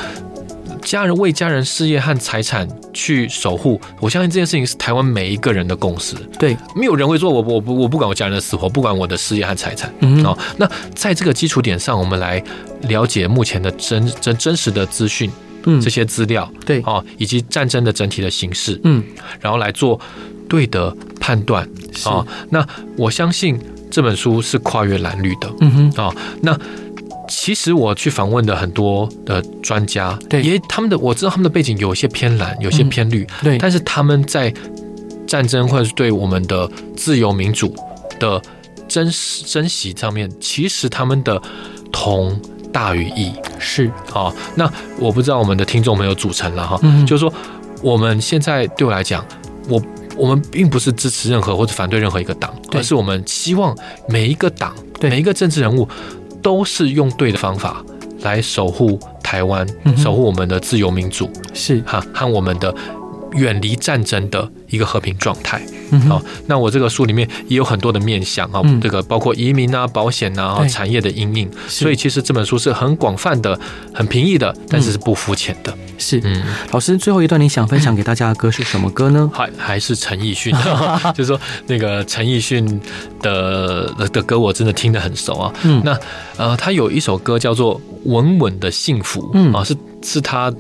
[SPEAKER 2] 家人为家人事业和财产去守护，我相信这件事情是台湾每一个人的共识，
[SPEAKER 1] 对，
[SPEAKER 2] 没有人会说我我不我不管我家人的死活，不管我的事业和财产。
[SPEAKER 1] 嗯，
[SPEAKER 2] 哦，那在这个基础点上，我们来了解目前的真真真实的资讯，
[SPEAKER 1] 嗯
[SPEAKER 2] 这，些资料
[SPEAKER 1] 对，
[SPEAKER 2] 哦，以及战争的整体的形势，
[SPEAKER 1] 嗯，
[SPEAKER 2] 然后来做对的判断
[SPEAKER 1] 是，
[SPEAKER 2] 哦。那我相信这本书是跨越蓝绿的，哦
[SPEAKER 1] 嗯哼，
[SPEAKER 2] 其实我去访问的很多的专家，
[SPEAKER 1] 对嗯
[SPEAKER 2] 也他们的我知道他们的背景有些偏蓝，有些偏绿，
[SPEAKER 1] 对，
[SPEAKER 2] 但是他们在战争或者是对我们的自由民主的珍视珍惜上面，其实他们的同大于异哦
[SPEAKER 1] 是，
[SPEAKER 2] 啊、那我不知道我们的听众朋友组成了哈，
[SPEAKER 1] 嗯哼，
[SPEAKER 2] 就是说我们现在对我来讲，我我们并不是支持任何或者反对任何一个党，
[SPEAKER 1] 对
[SPEAKER 2] 而是我们希望每一个党、
[SPEAKER 1] 对
[SPEAKER 2] 每一个政治人物都是用对的方法来守护台湾
[SPEAKER 1] 嗯，哼
[SPEAKER 2] 守护我们的自由民主
[SPEAKER 1] 是，
[SPEAKER 2] 哈和我们的远离战争的一个和平状态。
[SPEAKER 1] 嗯哼
[SPEAKER 2] 好、那我这个书里面也有很多的面向啊、
[SPEAKER 1] 嗯
[SPEAKER 2] 这个包括移民啊、保险啊、
[SPEAKER 1] 对
[SPEAKER 2] 产业的阴影，
[SPEAKER 1] 是
[SPEAKER 2] 所以其实这本书是很广泛的、很平易的，但是是不肤浅的。
[SPEAKER 1] 是
[SPEAKER 2] 嗯，
[SPEAKER 1] 老师最后一段，你想分享给大家的歌是什么歌呢？
[SPEAKER 2] 还还是陈奕迅， 就是说那个陈奕迅的的的歌，我真的听得很熟啊。
[SPEAKER 1] 嗯，
[SPEAKER 2] 那呃，他有一首歌叫做《稳稳的幸福》，
[SPEAKER 1] 嗯
[SPEAKER 2] 啊，是是他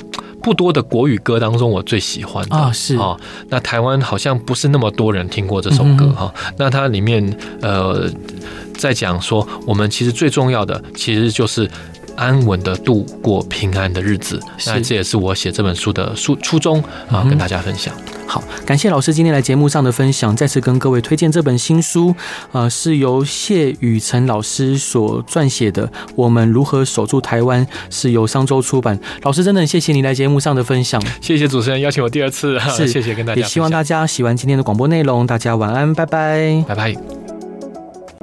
[SPEAKER 2] 不多的国语歌当中我最喜欢的
[SPEAKER 1] 啊是
[SPEAKER 2] 啊。那台湾好像不是那么多人听过这首歌
[SPEAKER 1] 嗯哼
[SPEAKER 2] 哈、那它里面呃，在讲说我们其实最重要的其实就是。安稳的度过平安的日子，
[SPEAKER 1] 是
[SPEAKER 2] 那这也是我写这本书的初初衷
[SPEAKER 1] 嗯
[SPEAKER 2] 啊，
[SPEAKER 1] 哼
[SPEAKER 2] 跟大家分享。
[SPEAKER 1] 好，感谢老师今天来节目上的分享，再次跟各位推荐这本新书，呃，是由谢雨辰老师所撰写的《我们如何守住台湾》，是由商周出版。老师真的很谢谢你来节目上的分享，
[SPEAKER 2] 谢谢主持人邀请我第二次，啊
[SPEAKER 1] 是
[SPEAKER 2] 谢谢跟大家
[SPEAKER 1] 也
[SPEAKER 2] 分享，
[SPEAKER 1] 希望大家喜欢今天的广播内容。大家晚安，拜拜。
[SPEAKER 2] 拜拜。